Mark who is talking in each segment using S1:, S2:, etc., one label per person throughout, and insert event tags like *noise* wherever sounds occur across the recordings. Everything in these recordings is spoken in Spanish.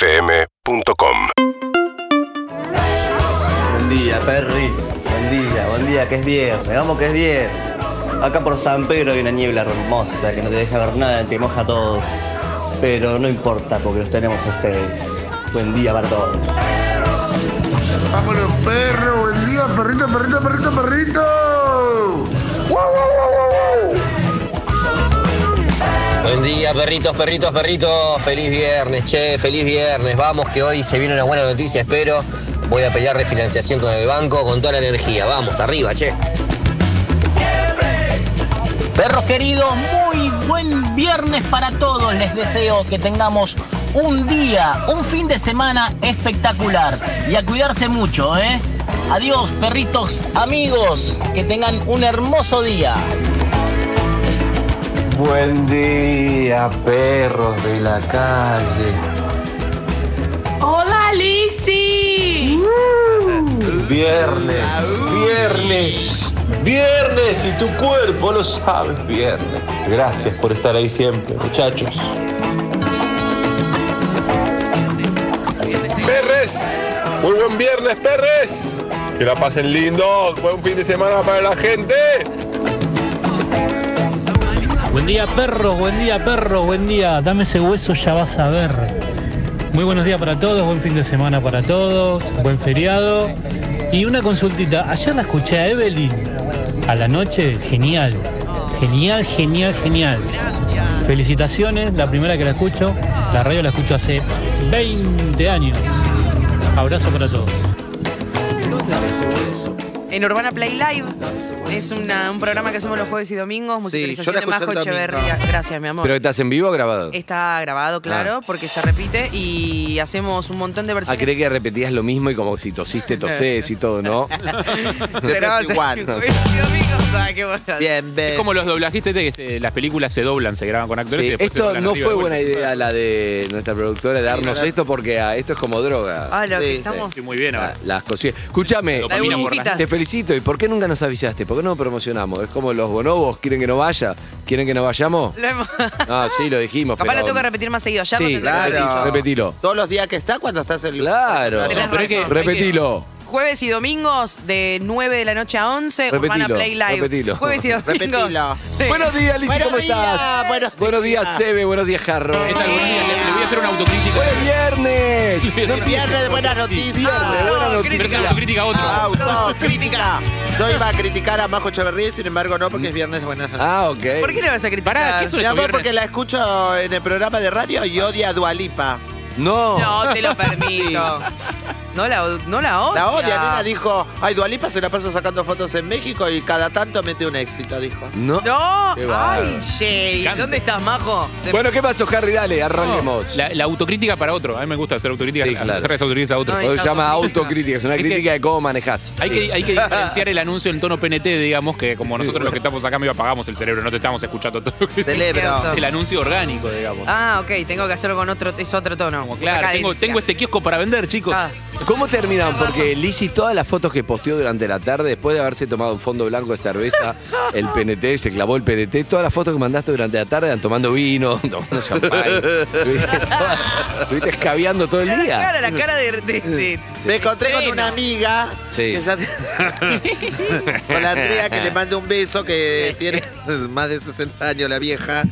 S1: UrbanaPlayFM.com
S2: Buen día, Perry. Buen día, buen día, que es viernes. Vamos, que es viernes. Acá por San Pedro hay una niebla hermosa que no te deja ver nada, te moja todo. Pero no importa porque los tenemos a ustedes. Buen día para todos.
S3: Vámonos, perro. Buen día, perrito, perrito, perrito, perrito. ¡Wow, wow, wow, wow, wow!
S4: Buen día, perritos, perritos, perritos. Feliz viernes, che, feliz viernes. Vamos, que hoy se viene una buena noticia, espero. Voy a pelear refinanciación con el banco con toda la energía. Vamos, arriba, che.
S5: Perros queridos, muy buen viernes para todos. Les deseo que tengamos un día, un fin de semana espectacular. Y a cuidarse mucho, ¿eh? Adiós, perritos amigos. Que tengan un hermoso día.
S6: Buen día, perros de la calle.
S7: ¡Hola, Lizzy!
S6: Uh. Viernes, viernes, viernes y tu cuerpo lo sabe. Viernes. Gracias por estar ahí siempre, muchachos.
S8: Perres, muy buen viernes, perres. Que la pasen lindo, buen fin de semana para la gente.
S9: Buen día perro, buen día perro, buen día. Dame ese hueso, ya vas a ver. Muy buenos días para todos, buen fin de semana para todos, buen feriado. Y una consultita, ayer la escuché a Evelyn a la noche, genial, genial, genial, genial. Felicitaciones, la primera que la escucho, la radio la escucho hace 20 años. Abrazo para todos.
S10: En Urbana Play Live es una- un programa que hacemos los jueves y domingos, musicalización
S11: yo la
S10: de
S11: escuché
S10: Majo
S11: el domingo.
S10: Echeverría. Gracias, mi amor.
S11: ¿Pero estás en vivo o grabado?
S10: Está grabado, claro, porque se repite y hacemos un montón de
S11: Ah,
S10: versiones.
S11: creí que repetías lo mismo y como si
S12: *laughs*
S11: tosiste, tosés y todo, ¿no? Ah,
S10: *laughs* Grabas- Ay, Ah, qué bolas.
S11: Bien,
S12: Es como los doblajistas de que se- las películas se doblan, se graban *laughs* con actores y
S11: Sí,
S12: después se
S11: esto
S12: doblan
S11: no
S12: arriba
S11: fue
S12: de
S11: buena
S12: vuelta.
S11: idea la de nuestra productora de darnos esto porque ah, esto es como droga.
S10: Ah, lo que estamos-
S12: Sí, muy bien ahora.
S11: La-
S1: Ah,
S11: las cosillas. Escúchame,
S12: La dopamina por las-
S11: te felicito. ¿Y por qué nunca nos avisaste? ¿Por qué no promocionamos? Es como los bonobos, ¿quieren que no vaya? ¿Quieren que
S10: *laughs*
S11: nos vayamos?
S10: Lo hemos-
S11: Ah, sí, lo dijimos.
S10: Capaz
S11: pero-
S10: lo tengo que repetir más seguido. Ya lo
S11: Sí,
S10: tendré que haber
S11: claro.
S10: dicho.
S11: repetilo.
S3: Todos los días que está cuando estás en el.
S11: Claro.
S10: Tenés
S11: Pero es que-
S10: razón.
S11: Repetilo.
S10: Jueves y domingos de 9 de la noche a 11, Urbana
S11: Repetilo,
S10: Play Live.
S11: repetilo.
S10: Jueves y domingos.
S3: Repetilo. *laughs*
S10: Sí.
S11: Buenos días, Lizy,
S3: Buenos
S11: ¿cómo
S3: días,
S11: estás?
S3: buenos
S11: días,
S3: días.
S11: Sebe, buenos días, Jarro.
S12: ¿Qué tal? Buenos días, le, le voy a hacer una autocrítica.
S11: ¡Buen viernes!
S12: Le *laughs* voy a hacer una-
S3: Viernes de buenas
S11: Viernes,
S3: noticias.
S10: Ah, no,
S11: buena noticia.
S12: Pero es una autocrítica a otro.
S3: Autocrítica. Yo iba a criticar a Majo Echeverría y sin embargo no, porque es viernes de buenas noticias.
S11: Ah, ok.
S10: ¿Por qué le vas a criticar?
S12: Pará, ¿qué son
S3: Mi
S12: esos
S3: amor,
S12: viernes?
S3: porque la escucho en el programa de radio y odia a Dualipa.
S11: No.
S10: No te lo permito. No la, no la odia.
S3: La odia, nena dijo, ay, Dualipa se la pasa sacando fotos en México y cada tanto mete un éxito, dijo.
S11: No.
S10: No.
S11: Qué
S10: Ay,
S11: bárbaro.
S10: Jay.
S12: Picante.
S10: ¿Dónde estás, Majo? Te-
S11: Bueno, ¿qué pasó, Harry? Dale,
S12: No,
S11: arranquemos.
S12: la, la autocrítica para otro. A mí me gusta hacer autocrítica,
S11: Sí, claro.
S12: hacer esas autocríticas a otro.
S10: No,
S11: Hoy
S10: es
S11: se llama
S10: autocrítica.
S11: autocrítica, es una
S12: Es que-
S11: crítica de cómo manejás.
S12: Hay que, hay que diferenciar el anuncio en tono PNT, digamos, que como nosotros los que estamos acá medio apagamos el cerebro, no te estamos escuchando todo lo que decís.
S3: Celebro.
S12: El anuncio orgánico, digamos.
S10: Ah, ok. Tengo que hacerlo con otro, es otro tono.
S12: Como, claro,
S10: Otra
S12: tengo,
S10: cadencia.
S12: tengo este kiosco para vender, chicos.
S10: Ah,
S11: ¿Cómo terminaron? Porque Lizzy, todas las fotos que posteó durante la tarde, después de haberse tomado un fondo blanco de cerveza, el PNT, se clavó el PNT, todas las fotos que mandaste durante la tarde eran tomando vino, *laughs* tomando champán. Estuviste, estuviste escabeando todo el
S10: la
S11: día.
S10: cara, la cara de. de- de-
S3: Me encontré con
S10: Bueno.
S3: una amiga.
S11: Sí.
S3: que ya-
S11: *laughs*
S3: con la Andrea que le mando un beso, que tiene más de 60 años la vieja.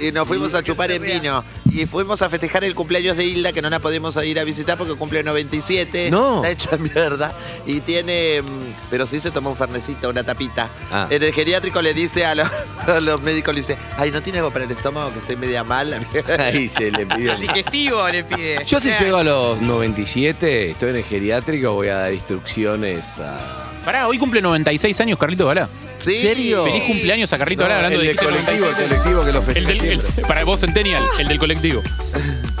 S3: Y nos
S11: *laughs*
S3: fuimos a chupar
S10: se
S3: en
S10: ría.
S3: vino. Y fuimos a festejar el cumpleaños de Hilda, que no la podemos ir a visitar porque cumple 97.
S11: No.
S3: Está hecha *laughs* mierda. Y tiene. mm, Pero sí se tomó un fernecito, una tapita.
S11: Ah.
S3: En el geriátrico le dice a los, *laughs* a los médicos, le dice, ay, ¿no tiene algo para el estómago que estoy media mal? la mierda?"
S11: *laughs* Ahí se le pidió.
S10: digestivo le pide.
S11: Yo si
S10: Claro.
S11: llego a los 97, estoy en el geriátrico, voy a dar instrucciones a...
S12: Pará, hoy cumple 96 años Carlito Balá.
S3: ¿Sí?
S11: serio?
S12: Feliz cumpleaños a Carlito
S11: Oh. No,
S12: Balá, hablando
S11: el
S12: de
S11: del colectivo, el colectivo que lo
S12: El
S11: festeja
S12: del- el-
S11: siempre.
S12: para vos Centennial, el del colectivo.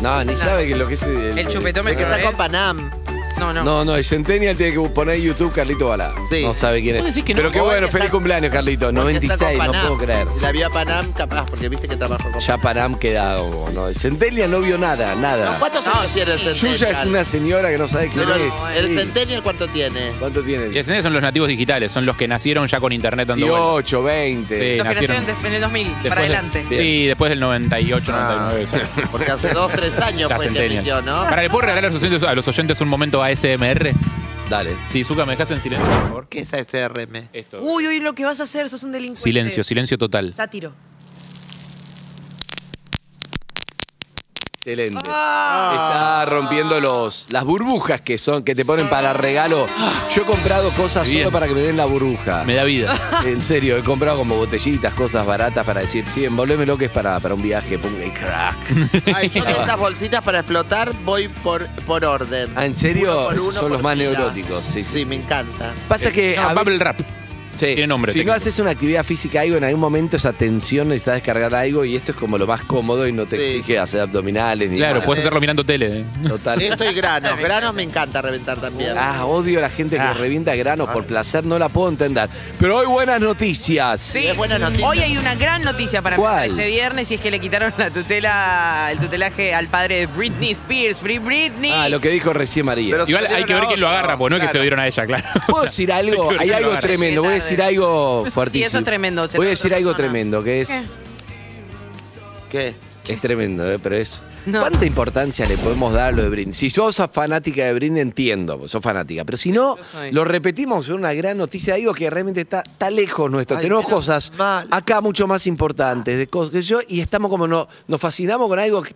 S11: No, ni sabe que lo que es...
S10: El chupetómetro
S3: Está
S10: ¿Ves?
S3: con Panam.
S10: No, no.
S11: No, no, el Centennial tiene que poner YouTube Carlito Balá. No sabe quién
S3: ¿Vos
S11: es.
S3: decís que no?
S11: Pero qué
S3: Porque
S11: bueno, feliz cumpleaños, Carlito.
S3: Porque está con
S11: 96, no
S3: Panam.
S11: puedo creer.
S3: La vía Panam, capaz, porque viste que trabajó con.
S11: Ya Panam queda como, ¿no? El Centennial no vio nada, nada.
S3: ¿Cuántos años tiene el
S11: Yuya es
S3: Centennial?
S11: una señora que no sabe quién
S3: Pero
S11: es.
S3: ¿El
S11: Sí.
S3: Centennial cuánto tiene?
S11: ¿Cuánto tiene?
S12: Y esos son los nativos digitales, son los que nacieron ya con internet dando
S11: 18, 20.
S12: Sí,
S10: Los que
S12: nacieron
S10: nacieron des- en el 2000,
S12: después
S10: para
S12: de-
S10: adelante.
S12: sí, después del
S11: Ah.
S12: 98, 99. *laughs*
S3: Porque hace dos, tres
S11: *laughs*
S3: años
S12: La
S3: fue que
S12: centenia.
S3: emitió, ¿no?
S12: Para, ¿le puedo regalar a los, oyentes, a los oyentes un momento ASMR?
S11: Dale.
S12: Sí, Zuka, ¿me dejas en silencio, por favor?
S3: ¿Qué es ASRM?
S12: Esto.
S10: Uy, uy, lo que vas a hacer, sos un delincuente.
S12: Silencio, silencio total.
S10: Sátiro.
S11: Excelente.
S3: Ah.
S11: Está rompiendo los, las burbujas que son, que te ponen para regalo.
S3: Ah.
S11: Yo he comprado cosas solo para que me den la burbuja.
S12: Me da vida.
S11: En serio, he comprado como botellitas, cosas baratas para decir, sí, envolveme lo que es para, para un viaje, ponga y crack.
S12: *laughs*
S3: Ay,
S11: *laughs*
S3: yo de estas bolsitas para explotar voy por, por orden.
S11: Ah, ¿en serio?
S3: Uno por uno,
S11: Son los
S3: por
S11: más
S3: fila.
S11: neuróticos, sí, sí.
S3: Sí, me encanta.
S11: Pasa que
S12: No,
S11: a veces-
S12: Bubble Rap.
S11: Sí.
S12: Tiene nombre.
S11: Si
S12: técnico.
S11: no haces una actividad física, algo, en algún momento esa tensión necesitas descargar algo y esto es como lo más cómodo y no te
S3: Sí.
S11: exige hacer abdominales ni
S12: Claro,
S11: nada.
S12: puedes hacerlo mirando
S10: *laughs*
S12: tele. eh.
S11: Total.
S3: Esto y *laughs* granos. Granos me encanta reventar también.
S11: Ah, odio a la gente que
S12: Ah.
S11: revienta granos por placer, no la puedo entender. Pero hoy buenas noticias.
S10: Sí,
S3: Es buena noticia.
S10: hoy hay una gran noticia para empezar
S11: ¿Cuál?
S10: este viernes y es que le quitaron la tutela, el tutelaje al padre de Britney Spears, Free Britney.
S11: Ah, lo que dijo recién María.
S3: Pero-
S12: Igual
S3: se lo
S12: hay
S3: dieron
S12: que ver
S3: a
S12: quién lo
S3: otro,
S12: agarra, porque no es que se lo
S3: claro.
S12: dieron a ella, claro. O
S11: *laughs* ¿Puedo
S12: sea,
S11: decir
S12: hay
S11: algo?
S12: que ver
S11: Hay
S12: quién *laughs* lo
S11: algo
S12: agarra.
S11: tremendo. Voy a decir algo fuertísimo.
S10: eso es tremendo, se
S11: Voy
S10: trata
S11: a decir
S10: de
S11: algo
S10: persona.
S11: tremendo, que es...
S3: ¿Qué?
S11: Es tremendo, ¿eh? pero es.
S10: No.
S11: ¿Cuánta importancia le podemos dar a lo de Britney? Si sos fanática de Britney, entiendo, vos sos fanática. Pero si no,
S10: Yo soy.
S11: lo repetimos, es una gran noticia. Digo que realmente está, está lejos nuestro.
S3: Ay,
S11: Tenemos
S3: menos
S11: cosas
S3: mal.
S11: acá mucho más importantes de cosas que yo y estamos como no, nos fascinamos con algo que.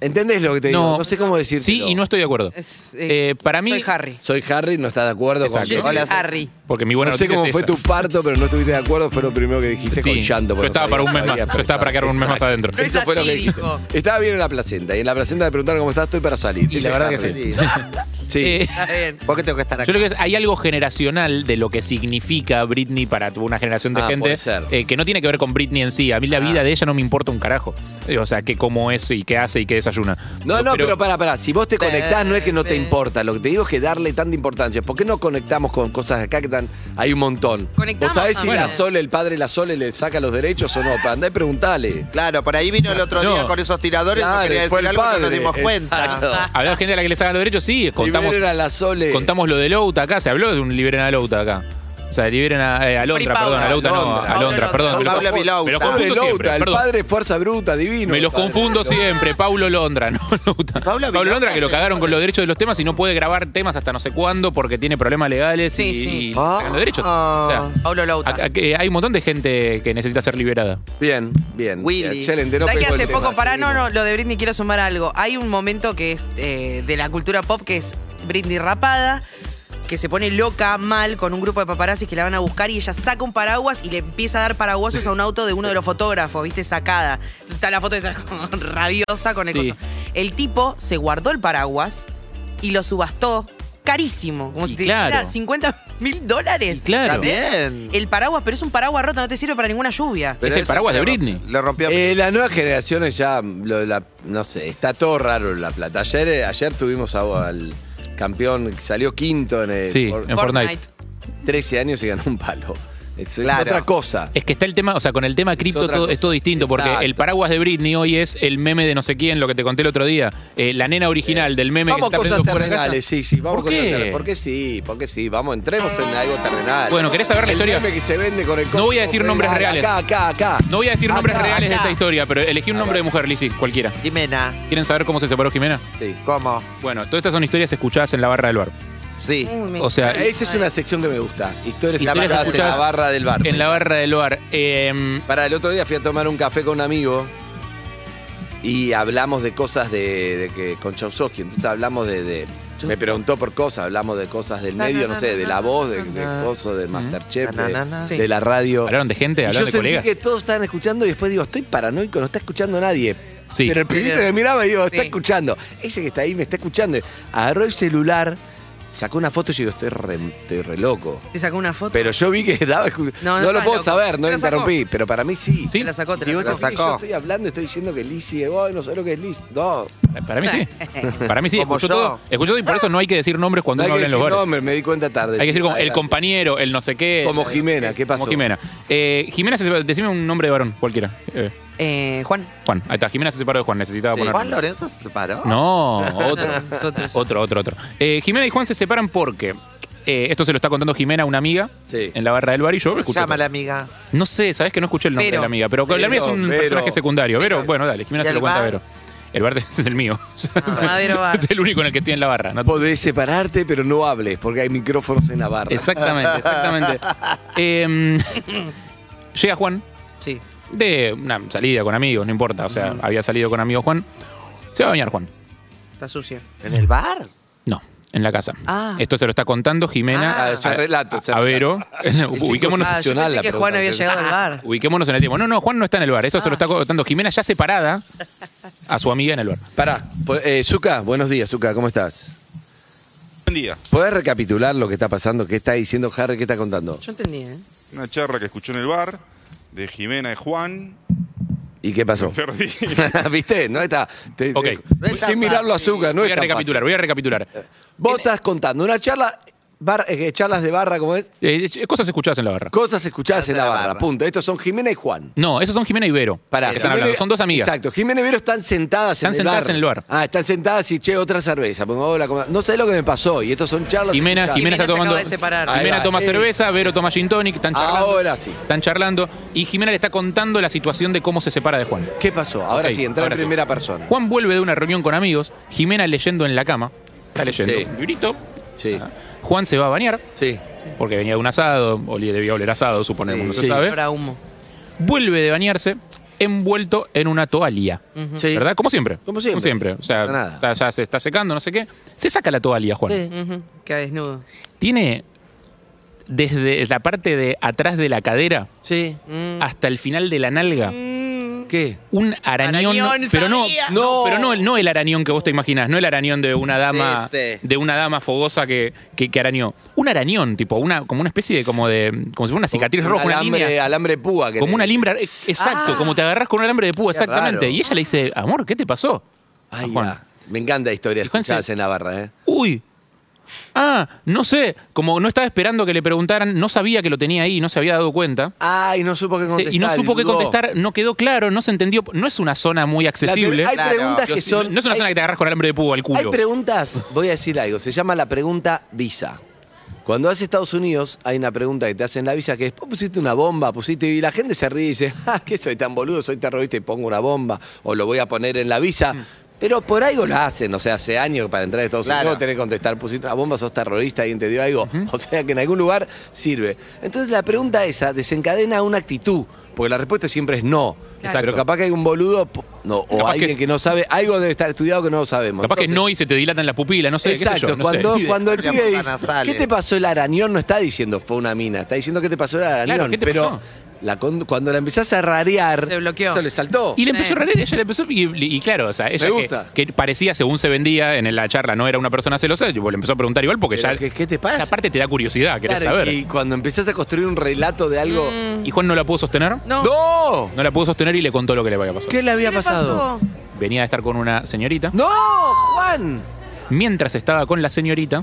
S11: ¿Entendés lo que te digo? No sé cómo decirlo.
S12: Sí, y no estoy de acuerdo.
S10: Es, eh,
S12: Eh, para mí.
S10: Soy Harry.
S11: Soy Harry, no estás de acuerdo
S12: Exacto.
S11: con
S10: Yo
S11: que-
S10: soy
S11: Hola,
S10: Harry.
S12: Porque mi buena
S11: no sé
S12: noticia
S11: cómo
S12: es
S11: fue
S12: esa.
S11: tu parto, pero no estuviste de acuerdo. Fue lo primero que dijiste
S12: Sí,
S11: con llanto.
S12: yo
S11: porque no
S12: estaba para
S11: sabía
S12: un mes
S11: que
S12: más.
S11: había
S12: Yo estaba para quedar un mes más adentro.
S10: Pero es
S11: Eso fue lo
S10: así,
S11: que dijiste.
S10: dijo.
S11: *laughs* Estaba bien en la placenta. Y en la placenta le preguntaron cómo estás, estoy para salir.
S12: Y la verdad que sí.
S11: Sí.
S12: Eh,
S11: *laughs*
S3: Está bien. ¿Por qué tengo que estar
S12: Yo
S3: acá?
S12: creo que es- hay algo generacional de lo que significa Britney para tu- una generación de
S11: Ah,
S12: gente
S11: puede ser. Ah.
S12: eh, que no tiene que ver con Britney en sí. A mí la vida de ella no me importa un carajo. Eh, O sea, que cómo es y qué hace y qué desayuna.
S11: No, no, pero
S12: para
S11: pará, pará. Si vos te conectás, no es que no te importa. Lo que te digo es que darle tanta importancia. ¿Por qué no conectamos con cosas de acá que dan, hay un montón?
S10: Conectamos
S11: ¿Vos sabés si
S10: también.
S11: la Sole, el padre de la Sole, le saca los derechos o no? Pa- Andá y preguntale.
S3: Claro, por ahí vino el otro
S12: No.
S3: día con esos tiradores no
S11: Claro,
S3: quería
S11: fue el
S3: decir algo que no nos
S11: padre.
S3: dimos
S11: Exacto.
S3: cuenta.
S12: Hablaba gente a la que le sacan los derechos, sí, contamos,
S11: Liberen a la eh, Sole.
S12: contamos lo de Louta acá, se habló de un liberen a Louta acá. O sea, liberen a, eh, a
S10: Free
S12: Londra, perdón, a
S10: Paula.
S12: Louta no,
S11: Londra.
S12: a Londra,
S10: Pablo
S12: perdón.
S10: Londra.
S12: me los
S3: Pablo
S12: confundo-
S3: Vilouta.
S12: me los confundo
S11: Pobre Louta,
S12: siempre,
S11: el
S12: perdón.
S11: padre fuerza bruta, divino.
S12: Me los
S11: el padre.
S12: confundo siempre, Paulo Londra, no Louta.
S3: Pablo
S12: Paulo,
S3: Vilouta
S12: Londra que lo
S3: se-
S12: cagaron con los derechos de los temas y no puede grabar temas hasta no sé cuándo porque tiene problemas legales
S10: Sí,
S12: y,
S10: sí.
S12: y le sacan los derechos. O sea,
S10: Pablo
S11: Ah.
S10: Lauta.
S12: a- a- que hay un montón de gente que necesita ser liberada.
S11: Bien, bien.
S3: Willy.
S11: Excelente, no
S10: ¿Sabes que
S11: pegó el
S10: hace
S11: tema,
S10: poco, pará, no,
S11: seguimos.
S10: no, lo de Britney quiero sumar algo. Hay un momento que es eh, de la cultura pop que es Britney rapada, que se pone loca, mal, con un grupo de paparazzis que la van a buscar y ella saca un paraguas y le empieza a dar paraguasos a un auto de uno de los fotógrafos, ¿viste? Sacada. Entonces está la foto de esta como *laughs* rabiosa con el
S12: Sí.
S10: coso. El tipo se guardó el paraguas y lo subastó carísimo, como
S12: Y
S10: si te
S12: claro.
S10: dijera 50 mil dólares.
S12: Y claro.
S3: Está bien.
S10: El paraguas, pero es un paraguas roto, no te sirve para ninguna lluvia.
S12: Es el
S3: eso
S12: paraguas
S3: le
S12: de
S3: romp-
S12: Britney.
S3: Le rompió.
S11: Eh, las nuevas generaciones ya, mm, lo de la- no sé, está todo raro en la plata. Ayer, eh, ayer tuvimos a- al campeón que salió quinto en el
S12: Sí,
S11: por
S12: en Fortnite.
S11: 13 años y ganó un palo. Es, es
S3: Claro.
S11: otra cosa.
S12: Es que está el tema, o sea, con el tema cripto
S11: otra
S12: todo,
S11: cosa.
S12: es todo distinto, porque
S11: Exacto.
S12: el paraguas de Britney hoy es el meme de no sé quién, lo que te conté el otro día. Eh, la nena original del meme
S11: Vamos
S12: que está
S11: cosas
S12: aprendiendo fuera de casa.
S11: terrenales, sí, sí, vamos
S12: ¿Por qué?
S11: cosas terrenales. Porque sí, porque sí, vamos, entremos en algo terrenal.
S12: Bueno, ¿querés saber la
S11: El
S12: historia?
S11: meme que se vende con el
S12: No voy a
S11: código
S12: decir nombres
S11: penal,
S12: reales.
S11: Acá, acá, acá.
S12: No voy a decir nombres
S11: Acá,
S12: reales de
S11: acá.
S12: esta historia, pero elegí un nombre de mujer, Lizzy, cualquiera.
S3: Jimena,
S12: ¿Quieren saber cómo se separó Jimena?
S11: Sí.
S3: ¿cómo?
S12: Bueno, todas estas son historias escuchadas en la barra del bar.
S3: Sí.
S10: Uy, me
S12: O sea,
S11: Esa es una sección que me gusta. Historias
S12: Eh, Historias
S11: escuchadas en la
S12: escuchadas
S11: barra del bar.
S12: en la barra del bar. eh,
S11: Para el otro día fui a tomar un café con un amigo y hablamos de cosas de, de que con Chausoski. Entonces hablamos de, de- Me preguntó por cosas, hablamos de cosas del medio, no sé, de la voz, de, de cosas, de Masterchef,
S3: Na, na,
S11: de,
S3: na, na.
S11: de la radio.
S12: ¿Hablaron de gente?
S11: Y
S12: ¿Hablaron
S11: yo
S12: de
S11: sentí
S12: colegas?
S11: que todos estaban escuchando y después digo, estoy paranoico, no está escuchando nadie.
S12: Sí.
S11: Pero el pibito que miraba y digo, está
S10: Sí.
S11: escuchando. Ese que está ahí me está escuchando. Agarró el celular sacó una foto y yo digo, estoy re, estoy re loco.
S10: ¿Te sacó una foto?
S11: Pero yo vi que *laughs* daba. No,
S10: no
S11: lo
S10: estás
S11: puedo
S10: loco.
S11: saber, no
S10: Te la
S11: lo
S10: sacó.
S11: interrumpí, pero para mí sí.
S10: Te la sacó, te la
S11: Digo,
S10: sacó.
S11: esto que Yo estoy hablando, estoy diciendo que Lizzy, vos no sé lo que es Lizzy. No.
S12: Para mí
S11: *laughs*
S12: sí. Para mí sí.
S11: Como
S12: Escucho
S11: yo.
S12: todo, escucho todo y por eso no hay que decir nombres cuando
S11: No hay
S12: uno
S11: que
S12: habla en los
S11: decir
S12: bares.
S11: nombres, me di cuenta tarde.
S12: Hay que decir como el
S11: Adelante.
S12: compañero, el no sé qué.
S11: Como
S12: el no sé
S11: Jimena, ¿qué pasó?
S12: Como Jimena. Eh, Jimena, se separó- decime un nombre de varón, cualquiera. Eh,
S10: Eh, Juan.
S12: Juan, ahí está. Jimena se separó de Juan, necesitaba poner.
S3: Juan Lorenzo se separó.
S11: *laughs*
S12: No, otro.
S10: No, es otro, es
S12: otro, otro, otro. Eh, Jimena y Juan se separan porque. eh, esto se lo está contando Jimena, a una amiga, en la barra del bar y yo escuché
S3: Llama a
S12: todo.
S3: la amiga.
S12: No sé, sabes que no escuché el nombre
S3: Vero.
S12: de la amiga, pero
S3: Vero,
S12: la amiga es un
S3: Vero.
S12: personaje secundario. Vero, bueno, dale,
S3: ¿Y
S12: Jimena se
S3: el
S12: lo cuenta a
S3: bar?
S12: Vero. El bar es el mío.
S10: Madero Bar.
S12: *laughs* es el único en el que estoy en la barra. no-
S11: Podés separarte, pero no hables, porque hay micrófonos en la barra. *laughs*
S12: Exactamente, exactamente. Em, *laughs* llega Juan.
S10: Sí.
S12: De una salida con amigos, no importa. O sea, había salido con amigos Juan. Se va a bañar Juan.
S10: Está sucia.
S3: ¿En el bar?
S12: No, en la casa.
S10: Ah.
S12: Esto se lo está contando Jimena.
S11: Ah, es un
S12: a-
S11: relato, es un
S12: A Vero. *laughs* Ubiquémonos,
S10: Ah, yo pensé que Juan
S12: ¿eh?
S10: había llegado
S12: Ah.
S10: al bar.
S12: ubiquémonos en el tiempo. No, no, Juan no está en el bar. Esto se lo está contando Jimena ya separada a su amiga en el bar.
S11: Pará, po- eh, Zuka, buenos días, Zuka, ¿cómo estás?
S1: Buen día.
S11: ¿Podés recapitular lo que está pasando? ¿Qué está diciendo Harry? ¿Qué está contando?
S10: Yo entendí, ¿eh?
S1: Una charla que escuchó en el bar de Jimena y Juan.
S11: ¿Y qué
S12: *laughs*
S11: pasó?
S1: Perdí.
S11: *laughs* ¿Viste? No está. te- te-
S12: Ok.
S11: Sin mirarlo a Zuka, no
S12: voy
S11: es
S12: a
S11: tan
S12: recapitular,
S11: fácil.
S12: voy a recapitular.
S11: Vos estás contando una charla, bar- eh, charlas de barra, ¿cómo es?
S12: Eh, eh, cosas escuchadas en la barra.
S11: Cosas escuchadas en la barra, punto. Estos son Jimena y Juan.
S12: No, esos son Jimena y Vero.
S11: Pará,
S12: que están
S11: Jimena-
S12: hablando. Son dos amigas.
S11: Exacto, Jimena y Vero están sentadas
S12: Están
S11: en el
S12: sentadas
S11: bar.
S12: en el bar.
S11: Ah, están sentadas y che, otra cerveza. Pongo, hola, ¿cómo- No sé lo que me pasó. Y estos son charlas.
S12: Jimena,
S11: escuchadas.
S12: Jimena está tomando.
S10: acaba de separar.
S12: Jimena
S11: Ahí va,
S12: toma
S11: eh.
S12: cerveza, Vero toma gin tonic, están charlando.
S11: Ahora sí.
S12: Están charlando. Y Jimena le está contando la situación de cómo se separa de Juan.
S11: ¿Qué pasó? Ahora
S12: Ok,
S11: sí, entra
S12: ahora
S11: en
S12: sí.
S11: primera persona.
S12: Juan vuelve de una reunión con amigos, Jimena leyendo en la cama. Está leyendo
S11: Sí.
S12: un librito.
S11: Sí.
S12: Ah. Juan se va a bañar.
S11: Sí.
S12: Porque venía de un asado, o le debía oler asado, suponemos, no se sabe.
S10: Habrá humo.
S12: Vuelve de bañarse envuelto en una toalla.
S10: Ujú.
S11: Sí.
S12: ¿Verdad? Como siempre.
S11: Como siempre.
S12: O sea,
S11: No pasa
S12: está- ya se está secando, no sé qué. Se saca la toalla, Juan.
S10: Ujú, Queda desnudo.
S12: Tiene desde la parte de atrás de la cadera
S11: Sí. Mm.
S12: hasta el final de la nalga
S11: ¿Qué?
S12: un arañón,
S10: Arañón,
S12: no- pero no,
S10: sabía.
S12: no, pero no el no el arañón que vos te imaginás, no el arañón de una dama
S3: Este.
S12: de una dama fogosa que, que, que arañó. Un arañón, tipo una como una especie de como de como si fuera una cicatriz
S11: Un
S12: roja, una
S11: alambre,
S12: línea.
S11: alambre de púa. que
S12: Como
S11: te-
S12: una limbra, eh, exacto, como te agarrás con un alambre de púa,
S11: Qué
S12: exactamente.
S11: raro.
S12: Y ella le dice, amor, ¿qué te pasó? A
S11: Ay,
S12: Juan.
S11: ah, Me encanta historias
S12: Juan se-
S11: escuchadas en la barra, ¿eh?
S12: Uy. Ah, no sé, como no estaba esperando que le preguntaran, no sabía que lo tenía ahí, no se había dado cuenta.
S11: Ay, no supo qué
S12: Sí,
S11: contestar.
S12: y no supo qué
S11: dudó.
S12: contestar, no quedó claro, no se entendió. No es una zona muy
S11: La pre-
S12: accesible.
S11: Hay
S3: Claro.
S11: preguntas que
S12: Dios,
S11: son.
S12: no es una
S11: hay-
S12: zona que te agarras con alambre de púa al culo.
S11: Hay preguntas, voy a decir algo, se llama la pregunta visa. Cuando vas a Estados Unidos, hay una pregunta que te hacen la visa que es, "Vos pusiste una bomba, pusiste, y la gente se ríe y dice, *laughs* ah, que soy tan boludo, soy terrorista y pongo una bomba, o lo voy a poner en la visa.
S12: Mm.
S11: Pero por algo lo hacen, o sea, hace años que para entrar a Estados
S3: Claro.
S11: Unidos tenés que contestar, pusiste una bomba, sos terrorista, alguien te dio algo. *laughs* O sea, que en algún lugar sirve. Entonces la pregunta esa desencadena una actitud, porque la respuesta siempre es no.
S12: Exacto.
S11: Pero capaz que hay un boludo, po- no, o
S12: Capaz que
S11: alguien
S12: es-
S11: que no sabe, algo debe estar estudiado que no lo sabemos.
S12: Capaz que
S11: Entonces-
S12: no y se te dilatan la pupila, no sé, qué sé
S11: Exacto,
S12: yo, no
S11: cuando,
S12: sé.
S11: cuando el
S3: Abría
S11: pibe
S3: fosas
S11: dice,
S3: nasales.
S11: ¿qué te pasó el arañón? No está diciendo fue una mina, está diciendo que te pasó el arañón.
S12: Claro, ¿qué te
S11: pero
S12: pasó?
S11: la con- cuando la empezás a rarear,
S10: Se bloqueó.
S11: eso le saltó.
S12: Y le empezó a reír, ella le empezó, y, y claro, o sea, ella
S11: Me
S12: que-
S11: gusta.
S12: Que, parecía, según se vendía en la charla, no era una persona celosa, yo le empezó a preguntar igual porque
S11: Pero,
S12: ya...
S11: ¿qué, qué te pasa?
S12: Aparte te da curiosidad, querés
S11: Claro,
S12: saber.
S11: Y
S12: Y,
S11: cuando empezás a construir un relato de algo.
S12: Juan no la pudo sostener?
S10: Mm, No.
S11: ¡No!
S12: No la pudo sostener y le contó lo que le había pasado.
S11: ¿Qué le había
S10: ¿Qué le
S11: pasado?
S10: pasó?
S12: Venía de estar con una señorita.
S11: ¡No, Juan!
S12: Mientras estaba con la señorita,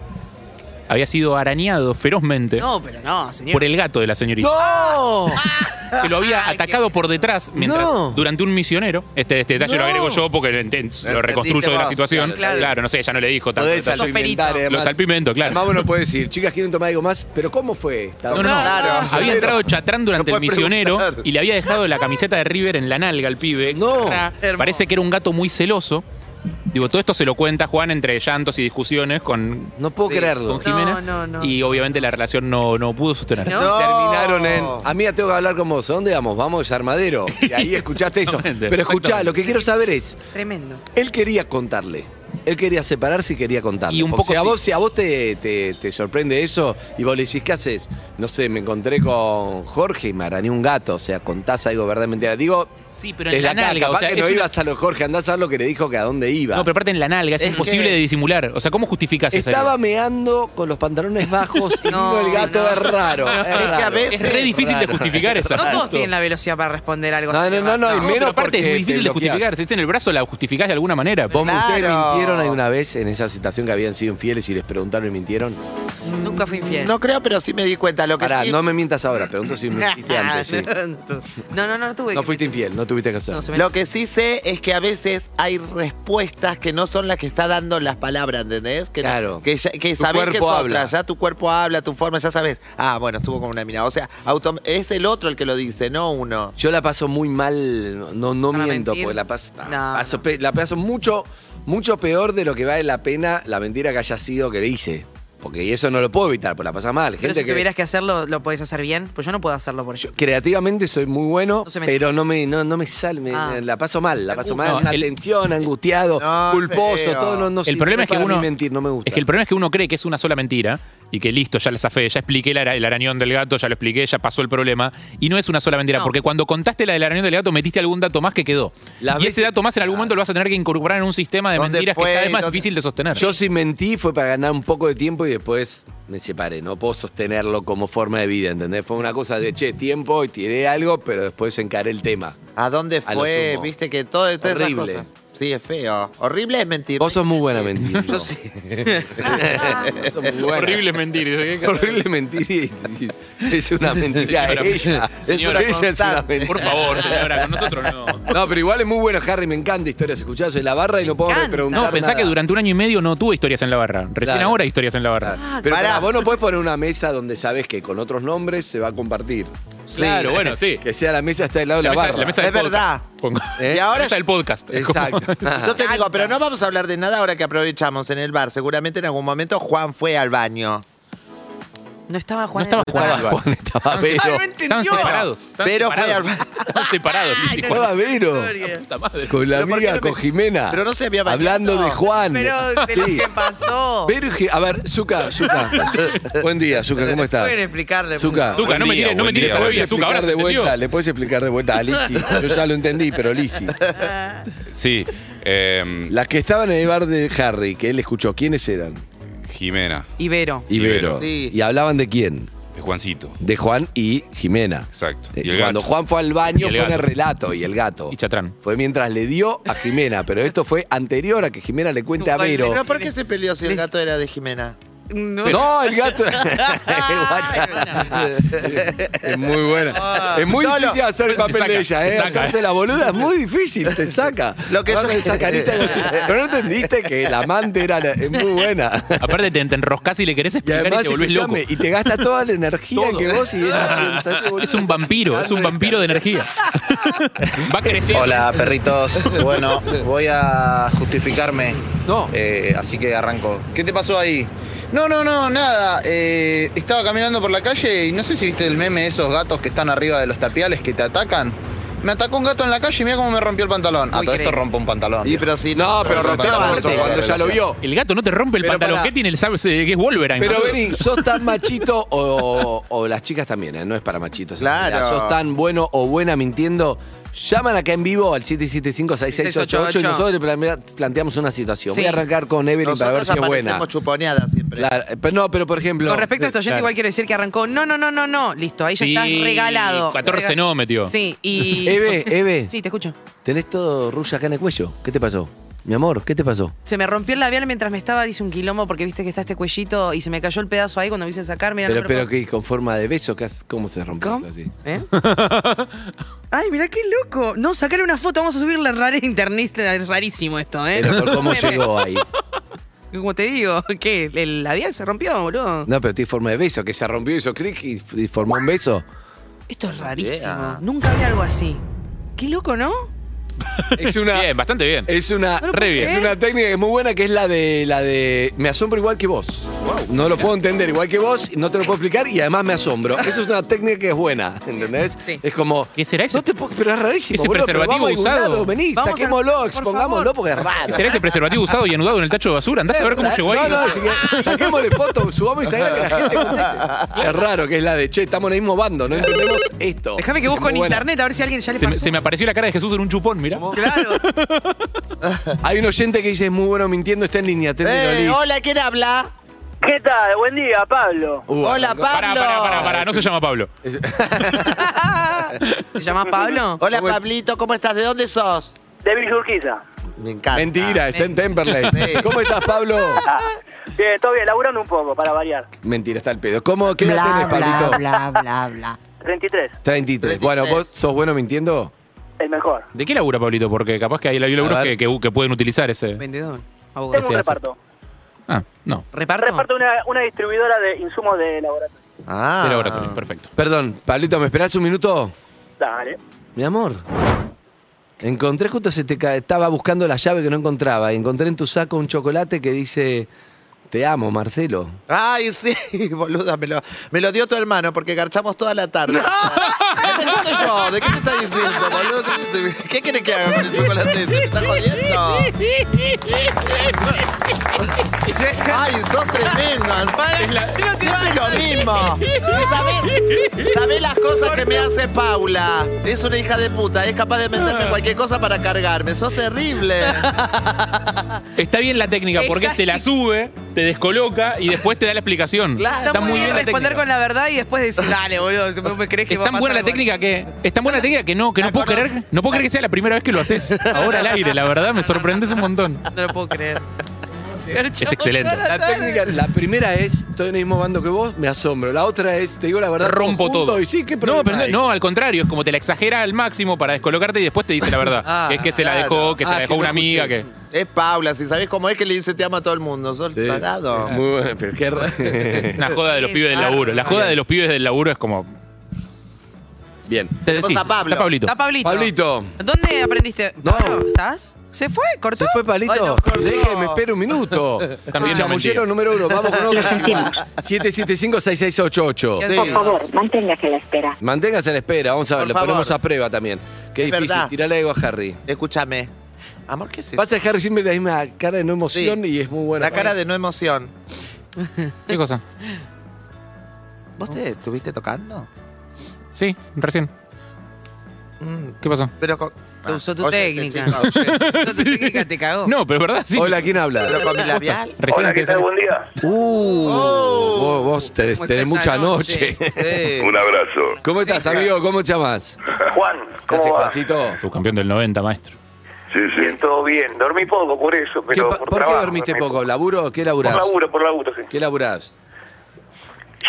S12: había sido arañado ferozmente
S10: No, pero no, señor.
S12: por el gato de la señorita.
S10: Ah,
S11: ¡No!
S12: que lo había atacado por detrás mientras,
S11: No.
S12: durante un misionero. Este, este detalle
S11: No.
S12: lo agrego yo porque lo, enten- lo reconstruyo de la
S3: vos,
S12: situación.
S3: claro,
S12: Claro,
S10: claro.
S12: no sé, ya no le dijo tanto.
S11: Podés
S12: tanto.
S11: salpimentar,
S12: Lo salpimento, claro.
S11: Además, uno puede decir, chicas, ¿quieren tomar algo más? ¿Pero cómo fue?
S12: No, no,
S3: Claro.
S12: había entrado chatrán durante
S3: No
S12: el
S3: puedes
S12: misionero
S3: preguntar.
S12: y le había dejado la camiseta de River en la nalga al pibe.
S10: Oh,
S11: No.
S12: Ra. Parece que era un gato muy celoso. Digo, todo esto se lo cuenta Juan entre llantos y discusiones con,
S11: No puedo creerlo.
S12: con Jimena.
S10: no, no.
S12: Y obviamente la relación no, no pudo sostenerse.
S10: No.
S11: Terminaron en. Amiga, tengo que hablar con vos. ¿A dónde vamos? Vamos
S12: *laughs*
S11: a Armadero. Y ahí escuchaste eso.
S12: Exactamente,
S11: Pero escuchá,
S12: exactamente.
S11: lo que quiero saber es.
S10: Tremendo.
S11: Él quería contarle. Él quería separarse y quería contarle.
S12: Y un
S11: Porque
S12: poco
S11: si a
S12: sí.
S11: vos, si a vos te, te- te sorprende eso y vos le decís, ¿qué haces? No sé, me encontré con Jorge y me arañé un gato. O sea, contás algo verdaderamente. Digo,
S12: Sí, pero en
S11: es
S12: la,
S11: la,
S12: nalga.
S11: caca,
S12: O
S11: capaz
S12: sea,
S11: que no
S12: es una-
S11: ibas a lo Jorge, andás a ver lo que le dijo que a dónde iba.
S12: No, pero aparte en la nalga, es,
S11: Es
S12: imposible
S11: que-
S12: de disimular. O sea, ¿cómo justificas esa
S11: Estaba meando con los pantalones bajos
S10: *laughs*
S11: y vino el gato, es raro. Es,
S10: que a
S11: raro.
S10: veces-
S12: Es re difícil de
S11: Raro.
S12: justificar esa.
S10: No todos tienen la velocidad para responder algo
S11: No,
S10: así.
S11: no, no, no, y
S12: No, pero
S11: menos
S12: aparte es
S11: porque
S12: muy difícil
S11: te
S12: de
S11: bloqueas.
S12: justificar. Si es en el brazo, la justificás de alguna manera.
S11: ¿Vos ustedes
S3: Claro.
S11: mintieron alguna vez en esa situación que habían sido infieles y les preguntaron y mintieron?
S10: Nunca fui infiel.
S3: No creo, pero sí me di cuenta. Lo que
S11: Pará,
S3: sí-
S11: no me mientas ahora, pregunto
S3: *laughs*
S11: si mintiste antes. sí.
S10: Ah, No, no, no, no tuve
S11: No
S10: que-
S11: fuiste infiel, no tuviste que hacer.
S3: Lo que sí sé es que a veces hay respuestas que no son las que está dando las palabras, ¿entendés? Que,
S11: Claro.
S3: Que, ya- que
S11: Tu
S3: sabés que es
S11: cuerpo
S3: otra,
S11: habla.
S3: ya tu cuerpo habla, tu forma, ya sabes. Ah, bueno, estuvo con una mina. O sea, autom- es el otro el que lo dice, no uno.
S11: Yo la paso muy mal, no, no
S10: ¿Para
S11: miento,
S10: mentir?
S11: porque la paso,
S10: No,
S11: paso pe- la paso mucho, mucho peor de lo que vale la pena la mentira que haya sido que le hice. Porque eso no lo puedo evitar, pues la pasas mal.
S10: Pero
S11: Gente
S10: si
S11: que
S10: tuvieras que hacerlo, ¿lo podés hacer bien? Pues yo no puedo hacerlo por eso.
S11: creativamente soy muy bueno,
S10: No se me-
S11: pero no me, no, no me sale, me-
S10: Ah.
S11: la paso mal, la paso
S12: gusta.
S11: mal,
S12: No,
S11: una
S12: el-
S11: tensión, angustiado,
S3: No,
S11: culposo,
S3: feo.
S11: todo no, no
S12: El
S11: sirve
S12: problema es que
S11: para mí
S12: uno.
S11: mentir, no me gusta.
S12: Es que el problema es que uno cree que es una sola mentira y que listo, ya la zafé, ya expliqué la- el arañón del gato, ya lo expliqué, ya pasó el problema. Y no es una sola mentira,
S10: No.
S12: porque cuando contaste la del arañón del gato metiste algún dato más que quedó.
S11: Las
S12: y ese
S11: veces-
S12: dato más en algún momento lo vas a tener que incorporar en un sistema de
S3: ¿Dónde
S12: mentiras
S3: fue?
S12: que cada vez más
S3: ¿Dónde-
S12: difícil de sostener.
S11: Yo si mentí fue para ganar un poco de tiempo y después me separé. No puedo sostenerlo como forma de vida, ¿entendés? Fue una cosa de, che, tiempo y tiré algo, pero después encaré el tema.
S3: ¿A dónde
S11: A lo
S3: fue?
S11: sumo.
S3: Viste que todo esto esas
S11: Horrible.
S3: cosas. Sí, es feo. Horrible es mentir.
S11: Vos sos muy buena mentir.
S3: *laughs* Yo
S11: *laughs*
S3: sí.
S11: Vos sos muy buena. *laughs*
S12: Horrible es mentir. dice, ¿qué-
S11: Horrible mentir y- y- es una mentira.
S12: Señora,
S11: ella
S12: señora,
S11: es, una, ella es una
S3: constante.
S11: mentira.
S12: Por favor, señora, con nosotros no.
S11: No, pero igual es muy bueno, Harry. Me encanta historias escuchadas en la barra y no puedo
S10: encanta.
S11: preguntar.
S12: No, pensá
S11: nada.
S12: que durante un año y medio no tuve historias en la barra. Recién
S11: Claro.
S12: ahora hay historias en la barra.
S11: Ah, Pero
S3: Pará.
S11: pará, vos no podés poner una mesa donde sabés que con otros nombres se va a compartir.
S12: Claro, bueno, sí.
S11: *laughs* Que sea la mesa está del lado de la,
S12: mesa-
S11: barra.
S12: mesa del
S3: Es verdad.
S12: podcast.
S11: ¿Eh?
S3: Y
S12: La
S3: ahora
S12: mesa del podcast. *laughs*
S11: Exacto.
S3: Yo te digo, pero no vamos a hablar de nada ahora que aprovechamos en el bar. Seguramente en algún momento Juan fue al baño.
S10: No estaba
S12: No
S10: jugando.
S12: estaba jugando.
S11: Estaba Juan, estaba
S10: Ah,
S11: Vero.
S10: no entendió.
S12: Estaban separados. estaban
S3: Pero fue
S12: separados.
S3: al-
S12: Estaban separados, Lizzy, con la
S11: Estaba Vero.
S12: puta madre.
S11: Con la
S3: Pero ¿por qué
S11: amiga,
S3: no me-
S11: con Jimena.
S3: Pero no se había bañado.
S11: Hablando de Juan.
S10: Pero de lo
S11: Sí.
S10: que pasó.
S11: Vero y Ji- A ver, Zuka, Zuka. *laughs* Buen día, Zuka, ¿cómo estás?
S10: Pueden explicarle. por
S11: Zuka,
S10: favor?
S12: Zuka, no me tires- no me tires a la
S11: ¿Puedes
S12: bebida, Zuka, ahora
S11: explicar
S12: se
S11: de
S12: entendió.
S11: vuelta? ¿Le puedes explicar de vuelta
S3: *laughs*
S11: a Lizzy? Yo ya lo entendí, pero Lizzy.
S1: Sí, eh,
S11: Las que estaban en el bar de Harry, que él escuchó, ¿quiénes eran?
S1: Jimena,
S10: Ibero.
S11: Ibero.
S1: Ibero.
S3: Sí.
S11: ¿Y hablaban de quién?
S1: de Juancito.
S11: De Juan y Jimena.
S1: Exacto.
S11: Eh,
S1: Y el
S11: Cuando
S1: gato.
S11: Juan fue al baño
S12: Y el
S11: fue en el
S12: gato.
S11: relato y el gato.
S12: Y Chatrán.
S11: Fue mientras le dio a Jimena, pero esto fue anterior a que Jimena le cuente a
S10: Nunca le
S11: Vero.
S3: ¿Pero por qué se peleó si el gato era de Jimena?
S10: No.
S11: No, el gato. *laughs* Guacha. es muy buena. Es muy
S3: No, no.
S11: difícil hacer el
S12: Te
S11: papel
S12: saca,
S11: de ella,
S12: te
S11: ¿eh?
S12: saca,
S11: Hacerte
S12: eh.
S11: la boluda es muy difícil, te saca. eh,
S3: Lo que
S11: Guarda
S3: yo-
S11: esa carita de los- Pero no entendiste que la amante era. la- Es muy buena.
S12: Aparte te, te enroscás y le querés
S11: Y
S12: explicar y,
S11: además,
S12: te volvés loco.
S11: escuchame, y te gasta toda la energía
S12: Todo.
S11: que vos y ella piensa, "Qué
S12: *laughs*
S11: boludo".
S12: Es un vampiro,
S11: *laughs*
S12: es un vampiro de energía. Va
S3: *laughs*
S12: creciendo.
S13: Hola perritos, bueno, voy a justificarme,
S11: No,
S13: eh, así que arranco. ¿Qué te pasó ahí? No, no, no, nada. eh, estaba caminando por la calle y no sé si viste el meme de esos gatos que están arriba de los tapiales que te atacan. Me atacó un gato en la calle y mira cómo me rompió el pantalón. Ah,
S10: Muy
S13: todo esto
S10: creíble.
S13: rompo un pantalón.
S3: Y pero si
S11: no, pero
S13: Pero
S11: rompió la
S13: para-
S11: puerta
S13: para-
S11: cuando ya lo vio.
S12: El gato no te rompe el
S11: Pero
S12: pantalón.
S11: pará.
S12: ¿Qué tiene el sabes eh, que es Wolverine?
S11: Pero
S12: boludo?
S11: vení, sos tan machito o, o las chicas también, ¿eh? no es para machitos. en
S3: Claro.
S11: realidad. Sos tan bueno o buena mintiendo. Llaman acá en vivo al 775-6688 y
S10: 6688.
S11: nosotros le plane- planteamos una situación.
S10: Sí.
S11: Voy a arrancar con Evelyn para ver
S3: Nosotras
S11: si es buena.
S3: aparecemos chuponeadas siempre.
S11: Claro, eh, pero no, pero por ejemplo.
S10: Con respecto a esto, yo
S12: Claro.
S10: igual quiero decir que arrancó. No, no, no, no, no. Listo, ahí ya
S12: Sí,
S10: estás regalado.
S12: 14
S10: Rega-
S12: no metió.
S10: Sí, y.
S11: *laughs* Eve, Eve,
S10: Sí, te escucho.
S11: tenés todo rulla acá en el cuello. ¿Qué te pasó? Mi amor, ¿qué te pasó?
S10: Se me rompió el labial mientras me estaba, hice un quilombo porque viste que está este cuellito y se me cayó el pedazo ahí cuando me hice sacar. Mira,
S11: pero,
S10: no me
S11: pero
S10: lo
S11: que con forma de beso, ¿qué haces? ¿cómo se rompe
S10: puedo-
S11: eso así?
S10: ¿Cómo? ¿Eh?
S11: *laughs*
S10: Ay, mirá qué loco. No, sacar una foto, vamos a subirla en rare- internet. Es rarísimo esto, ¿eh?
S11: Pero
S10: *laughs*
S11: por cómo llegó ahí.
S10: Como te digo, ¿qué? ¿El labial se rompió, boludo?
S11: No, pero tiene forma de beso, que se rompió hizo clic y, y formó un beso.
S10: Esto es rarísimo.
S3: Idea.
S10: Nunca vi algo así. Qué loco, ¿no?
S11: Es una, Eh,
S12: bien, bastante bien.
S11: Es una,
S12: lo puedo
S11: es
S12: creer.
S11: una técnica que es muy buena, que es la de, la de. Me asombro igual que vos. no lo puedo entender igual que vos, no te lo puedo explicar y además
S10: *laughs*
S11: me asombro. Eso es una técnica que es buena, ¿entendés? Es como. ¿Qué será eso? No te puedo pero es rarísimo.
S12: ese
S11: boludo, pero
S12: preservativo
S11: vamos a algún
S12: usado?
S11: lado, vení,
S12: Vamos a-
S11: saquémoslo, expongámoslo porque es
S12: ¿Qué
S11: raro.
S12: será ese preservativo usado y anudado en el tacho de basura? Andás a ver cómo llegó ahí.
S11: Eh, No, no, si
S10: *laughs*
S11: querés, saquémosle foto, subamos Instagram que la gente conteste. Es raro que es la de, che, estamos en el mismo bando, no entendemos esto.
S10: Déjame que
S11: Oh, Es
S10: busco en
S11: muy buena.
S10: internet a ver si alguien ya le
S12: se, me-
S10: pasó.
S12: se me apareció la cara de Jesús en un chupón, mirá.
S11: Hay un oyente que dice, es muy bueno mintiendo, está en línea. atendelo,
S3: Eh,
S11: Liz.
S3: hola, ¿quién habla?
S14: ¿Qué tal? Buen día, Pablo.
S11: Uh,
S3: hola,
S11: arrancó.
S3: Pablo.
S12: Pará, pará, pará, no se llama Pablo.
S10: ¿Te llamas Pablo?
S3: Hola, Pablito, ¿cómo estás? ¿De dónde sos?
S14: De Urquiza.
S3: Me encanta.
S11: Mentira, está en Temperley.
S3: Ah, Sí.
S11: ¿Cómo estás, Pablo?
S14: *laughs* Bien, todo bien, laburando un poco para variar.
S11: Mentira, está el pedo. ¿Cómo? ¿Qué edad tenés, Pablito?
S14: bla, bla, bla. 33,
S11: 33. Bueno, ¿vos sos bueno mintiendo?
S14: el mejor.
S12: ¿De qué labura, Pablito? Porque capaz que hay hay laburos
S11: ver.
S12: que, que- que pueden utilizar ese.
S10: Vendedor.
S14: Tengo
S12: Ese
S14: un
S12: hace.
S14: reparto.
S12: Ah, no.
S10: ¿Reparto?
S14: Reparto una, una distribuidora de insumos de laboratorio.
S11: Ah.
S12: De laboratorio, perfecto.
S11: Perdón, Pablito, ¿me esperás un minuto?
S14: Dale.
S11: Mi amor. Encontré justo, se te ca- estaba buscando la llave que no encontraba. y Encontré en tu saco un chocolate que dice, te amo, Marcelo.
S3: Ay, sí, *laughs* boluda, me lo, me lo dio tu hermano porque garchamos toda la tarde. ¿Qué te dice yo? ¿De qué me estás diciendo, boludo? ¿Qué quieres que haga con el chocolate ese? ¿Me estás jodiendo? Ay, sos tremendas. Siempre lo mismo. ¿Sabés, sabés las cosas que me hace Paula? Es una hija de puta, es capaz de meterme cualquier cosa para cargarme. Sos terrible.
S12: Está bien la técnica porque te la sube, te descoloca y después te da la explicación.
S10: Está, muy bien,
S12: la
S10: responder
S12: técnica.
S10: con la verdad y después decir, dale, boludo, ¿no me crees que
S12: Es
S10: va a
S12: tan
S10: pasar
S12: buena la
S10: algo
S12: técnica que. Es tan buena la técnica que no, que no puedo creer. No puedo creer que sea la primera vez que lo haces. Ahora al aire, la verdad, me sorprendes un montón.
S10: así? No lo puedo creer.
S12: Es excelente.
S11: La técnica, la primera es, estoy en el mismo bando que vos, me asombro. La otra es, te digo la verdad,
S12: Rompo
S11: todos
S12: todo.
S11: juntos, Y sí, ¿qué
S12: No,
S11: problema
S12: pero no,
S11: hay?
S12: no, al contrario, es como te la exagera al máximo para descolocarte y después te dice la verdad.
S11: Ah,
S12: que es que se la
S11: claro.
S12: dejó, que se
S11: Ah,
S12: la dejó
S11: que
S12: una
S11: no
S12: amiga,
S11: escuché.
S12: que.
S3: Es Paula, si sabés cómo es que le dice te amo a todo el mundo. Sos
S11: Sí.
S3: tarado.
S11: Muy bueno, pero qué ra- *laughs*
S12: Una joda de los pibes del laburo. La joda de los pibes del laburo es como.
S11: Bien.
S12: Te
S10: Tenemos
S12: sí,
S10: a Pablo.
S12: Está Pablito.
S10: Está Pablito.
S11: Pablito.
S10: ¿Dónde aprendiste? No. ¿Estás? ¿Se fue? ¿Cortó?
S11: ¿Se fue, Pablito?
S10: Ay, no, cortó.
S11: Déjeme, espera un minuto.
S12: También
S11: El
S12: no mentía.
S11: chamullero número uno. Vamos con otro. 775-6688.
S15: Por favor, manténgase a la espera.
S11: Manténgase a la espera. Vamos a ver,
S3: Por
S11: lo
S3: favor.
S11: ponemos a prueba también. Qué
S3: Es
S11: difícil.
S3: verdad.
S11: Tirale algo a Harry.
S3: Escúchame. Amor, ¿qué es eso?
S11: Pasa que Harry siempre la misma cara de no emoción y es muy buena.
S3: La cara de no emoción.
S12: ¿Qué cosa?
S3: ¿Vos te estuviste tocando?
S12: Sí, recién. ¿Qué pasó?
S3: Pero con... Ah,
S10: Te usó tu
S3: Oye,
S10: técnica.
S3: te-
S10: Usó tu técnica, te *laughs* cagó.
S12: No, pero verdad, sí.
S11: Hola, ¿quién habla?
S3: Pero con mi
S12: *laughs*
S3: labial.
S12: Recién
S16: Hola, ¿qué
S12: empezó.
S16: tal? Buen día.
S11: Uh, vos, vos tenés,
S16: Como
S11: tenés
S16: esa
S11: mucha
S16: noche.
S11: noche.
S16: Un abrazo.
S11: ¿Cómo estás, amigo? ¿Cómo te llamas?
S16: Juan,
S11: ¿Qué
S16: ¿cómo
S11: haces,
S16: va?
S11: Juancito?
S12: Subcampeón del 90, maestro.
S16: Bien, todo bien. Dormí poco por eso,
S11: ¿Qué
S16: pero
S11: pa-
S16: por,
S11: ¿Por qué
S16: trabajo,
S11: dormiste
S16: dormí
S11: poco? ¿Laburo? ¿Qué
S16: Por
S11: laburás?
S16: laburo, por laburo, sí.
S11: ¿Qué laburás?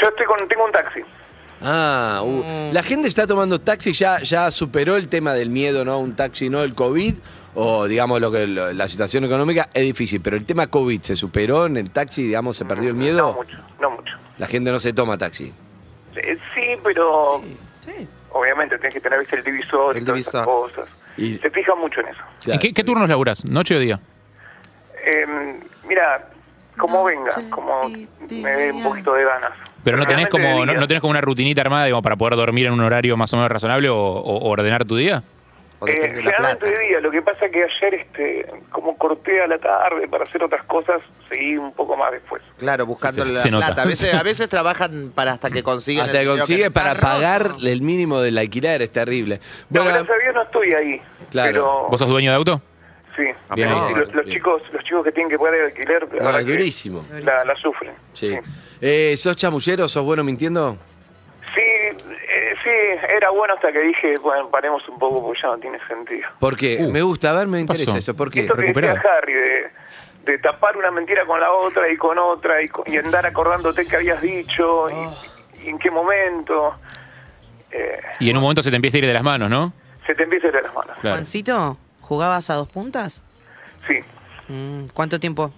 S16: Yo estoy con, tengo un taxi.
S11: Ah, uh, la gente está tomando taxi, ya, ya superó el tema del miedo, ¿no? Un taxi, ¿no? El COVID, o digamos lo que lo- la situación económica es difícil, pero el tema COVID se superó en el taxi, digamos, se perdió el miedo. No mucho,
S16: no mucho.
S11: La gente no se toma taxi.
S16: Eh, sí, pero... Obviamente, tenés que tener ¿viste, el divisor y todas esas cosas. Se fijan mucho en eso.
S12: ¿Y qué, qué turnos laburás? ¿Noche o día?
S16: Eh, mira, como venga, como me dé un poquito de ganas.
S12: Pero no
S16: Generalmente
S12: tenés
S16: de
S12: como, no,
S16: día.
S12: no tenés como una rutinita armada digamos, para poder dormir en un horario más o menos razonable o, o ordenar tu día.
S16: Eh, generalmente de día, lo que pasa que ayer, este, como corté a la tarde para hacer otras cosas, seguí un poco más después.
S3: Claro, buscando
S11: Sí, se-
S3: la
S11: se nota.
S3: plata. A veces, a veces trabajan para hasta que consiguen.
S11: Hasta que
S3: el dinero
S11: consigue
S3: les-
S11: para pagar el mínimo del alquiler, es terrible.
S16: No,
S11: Bueno,
S16: gracias a Dios no estoy ahí.
S11: claro.
S16: Pero
S12: ¿Vos sos dueño de auto?
S16: sí,
S11: Bien.
S16: Sí, los, los chicos, los chicos que tienen que pagar el alquiler, la
S11: No,
S16: verdad
S11: es
S16: que
S11: durísimo.
S16: La, la sufren.
S11: Sí. Eh, ¿Sos chamullero? ¿Sos bueno mintiendo?
S16: Sí, eh, sí, era bueno hasta que dije, bueno, paremos un poco porque ya no tiene sentido.
S11: Porque me gusta, a ver, me interesa eso. ¿Por qué?
S16: Esto que decía Harry, de, de tapar una mentira con la otra y con otra y, co- y andar acordándote que habías dicho y-
S11: Ah.
S16: y, en qué momento, eh,
S12: Y en un momento se te empieza a ir de las manos, ¿no?
S16: se te empieza a ir a las manos.
S12: Claro.
S10: Juancito, ¿jugabas a dos puntas?
S16: Sí.
S10: Mm, ¿Cuánto tiempo?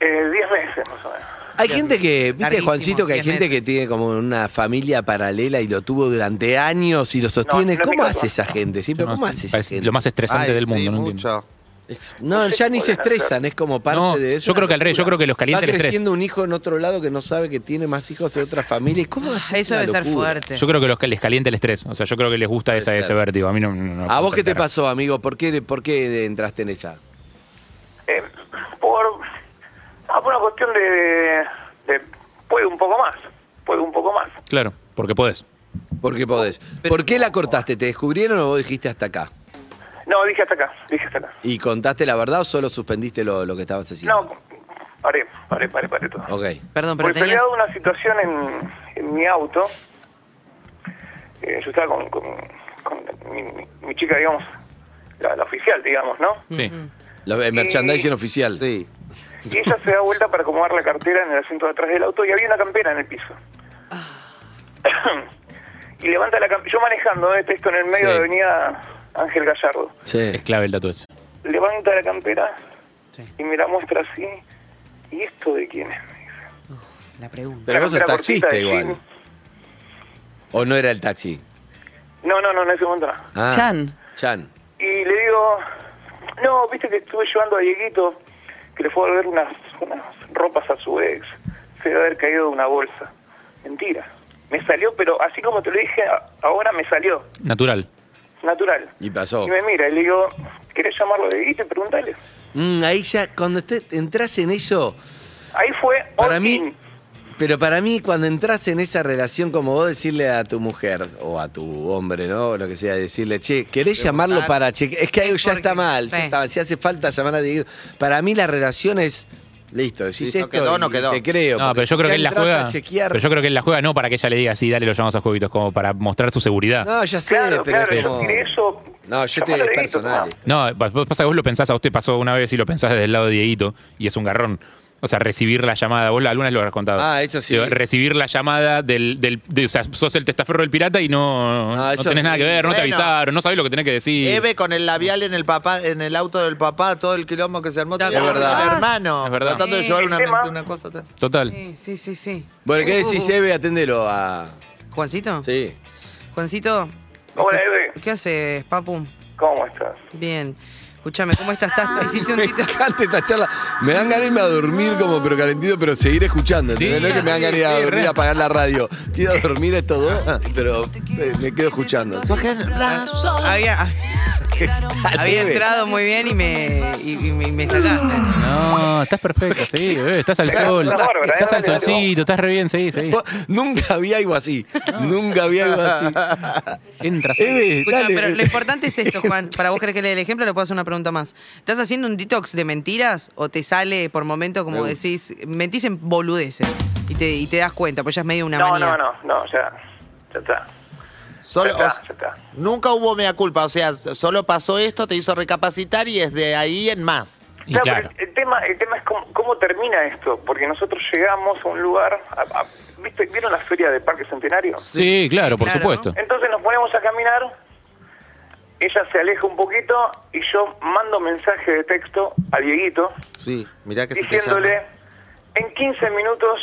S16: Eh, diez meses más o menos.
S2: Hay gente que, viste,
S10: Larguísimo,
S2: Juancito, que hay
S10: 10
S2: gente que tiene como una familia paralela y lo tuvo durante años y lo sostiene.
S10: No, no
S2: ¿Cómo
S10: me
S2: hace esa gente? Siempre, ¿cómo hace esa gente?
S12: lo más estresante del mundo, no entiendo.
S2: Es- no, ya ni se estresan, es como parte
S12: No,
S2: de
S12: yo
S2: eso.
S12: creo que al revés, yo creo que los calientes
S2: Va
S12: les
S2: creciendo un hijo en otro lado que no sabe que tiene más hijos de otra familia. ¿Y ¿Cómo hace?
S10: Ah, Eso
S2: Una
S10: debe ser
S2: locura.
S10: fuerte.
S12: Yo creo que los que les calienta el estrés. O sea, yo creo que les gusta esa, ese vértigo. A mí no. no- no
S2: ¿A vos qué te
S12: puedo
S2: pasó, amigo? ¿Por qué, por qué entraste en esa?
S11: Eh, por, ah, por una cuestión de, de- puedo un poco más, puedo un poco más.
S12: Claro, porque podés.
S2: Porque podés. ¿Por qué la cortaste? ¿Te descubrieron o vos dijiste hasta acá?
S11: No, dije hasta acá, dije hasta acá.
S2: ¿Y contaste la verdad o solo suspendiste lo, lo que estabas haciendo?
S11: No, paré, paré, paré, paré todo.
S2: Ok.
S10: Perdón,
S11: Porque peleado una situación en, en mi auto. Eh, yo estaba con, con, con mi, mi- mi chica, digamos, la, la oficial, digamos, ¿no?
S2: Sí. merchandising oficial. Sí.
S11: Y ella se da vuelta para acomodar la cartera en el asiento de atrás del auto y había una campera en el piso. *coughs* y levanta la campera. Yo manejando, este esto en el medio
S12: Sí.
S11: de Avenida Ángel Gallardo.
S2: Sí.
S12: Es clave el dato ese.
S11: Levanta la campera y me la muestra así. ¿Y esto de quién es?
S10: La pregunta.
S2: Pero vos sos
S11: Era
S2: taxista
S11: cortita de
S2: igual.
S11: jean.
S2: ¿O no era el taxi?
S11: No, no, no, en ese momento no.
S2: Ah,
S10: Chan.
S2: Chan.
S11: Y le digo, no, viste que estuve llevando a Dieguito, que le fue a volver unas, unas ropas a su ex. Se debe haber caído de una bolsa. Mentira. Me salió, pero así como te lo dije, a- ahora me salió.
S12: Natural.
S11: Natural.
S2: Y pasó.
S11: Y me mira y le digo, ¿querés llamarlo a Dieguito y preguntale?
S2: Mm, ahí ya, cuando usted entras en eso,
S11: Ahí fue
S2: para mí. Pero para mí, cuando entras en esa relación, como vos decirle a tu mujer o a tu hombre, ¿no? O lo que sea, decirle, che, ¿querés llamarlo para cheque? Es que algo ya está mal, ya está mal. Si hace falta llamar a Diego. Para mí, la relación es. Listo, decís
S3: Listo,
S2: esto.
S3: quedó,
S2: y
S3: no quedó.
S2: Te creo.
S12: No,
S2: porque
S12: pero yo
S2: si
S12: creo
S2: ya
S12: que él la
S2: entras
S12: juega.
S2: a chequear-
S12: Pero yo creo que él la juega no para que ella le diga, sí, dale, lo llamamos a jueguitos, como para mostrar su seguridad.
S2: No, ya sé, pero es
S12: claro,
S2: como-
S12: yo tiré
S2: No, yo te. Es personal.
S12: No, pa- pasa que vos lo pensás, a usted pasó una vez y lo pensás desde el lado de Dieguito, y es un garrón. O sea, recibir la llamada, vos alguna vez lo habrás contado.
S2: Ah, eso sí.
S12: Digo, Recibir la llamada del, del de- o sea, sos el testaferro del pirata y
S2: Ah,
S12: no, no
S3: eso
S12: tenés nada que ver, no
S3: Bueno.
S12: te avisaron, no sabés lo que tenés que decir.
S3: Eve con el labial en el papá, en el auto del papá, todo el quilombo que se armó.
S2: Es verdad.
S3: El hermano.
S12: Es verdad.
S3: Tratando de
S10: Sí.
S3: llevar una,
S10: El tema-
S3: una cosa. tan-
S12: Total.
S10: Sí, sí, sí. Uh.
S2: Bueno, ¿qué decís, Eve? Atendelo a.
S10: ¿Juancito?
S2: Sí.
S10: Juancito.
S11: Hola, Eve.
S10: ¿Qué haces, Papu?
S11: ¿Cómo estás?
S10: Bien. Escúchame, ¿cómo estás? ¿Estás- Hiciste un
S2: Ah, Me
S10: tito.
S2: encanta esta charla. Me dan ganas de irme a dormir como pero calentito, pero seguir escuchando. ¿entendés? no es que me dan ganas de ir a *laughs* dormir a apagar la radio. Quiero dormir esto dos, *laughs* pero eh, me quedo escuchando.
S10: Había,
S2: ¿Qué tal,
S10: había
S2: Eve?
S10: entrado muy bien y me, y, y me, me sacaste.
S12: No, estás perfecto, sí, bebé, estás al
S2: Estás
S12: sol.
S2: bárbara, ¿eh?
S12: Estás al
S2: Dale, dale,
S12: solcito, estás re bien, sí, sí.
S2: Nunca había algo así. Nunca había algo
S10: *laughs*
S2: así.
S12: Entras.
S2: Eve,
S10: Escuchame,
S2: dale.
S10: pero lo importante
S2: *laughs*
S10: es esto, Juan. Para vos querés que le dé el ejemplo, le puedo hacer una pregunta más. ¿Estás haciendo un detox de mentiras o te sale por momento, como
S11: Me gusta.
S10: decís, mentís en boludeces y te, y te das cuenta, pues ya es medio una
S11: No,
S10: manía?
S11: no, no, no, ya, ya está.
S3: Solo,
S11: Ya
S3: o
S11: está,
S3: sea, nunca hubo mea culpa. O sea, solo pasó esto, te hizo recapacitar y desde ahí en más.
S11: Claro, pero el- el, tema, el tema es cómo, cómo termina esto, porque nosotros llegamos a un lugar, a- a- ¿viste, ¿vieron la feria de Parque Centenario?
S12: Sí, claro, por supuesto.
S11: Entonces nos ponemos a caminar, ella se aleja un poquito y yo mando mensaje de texto a Dieguito
S3: Sí, mirá que se te llama.
S11: diciéndole, en 15 minutos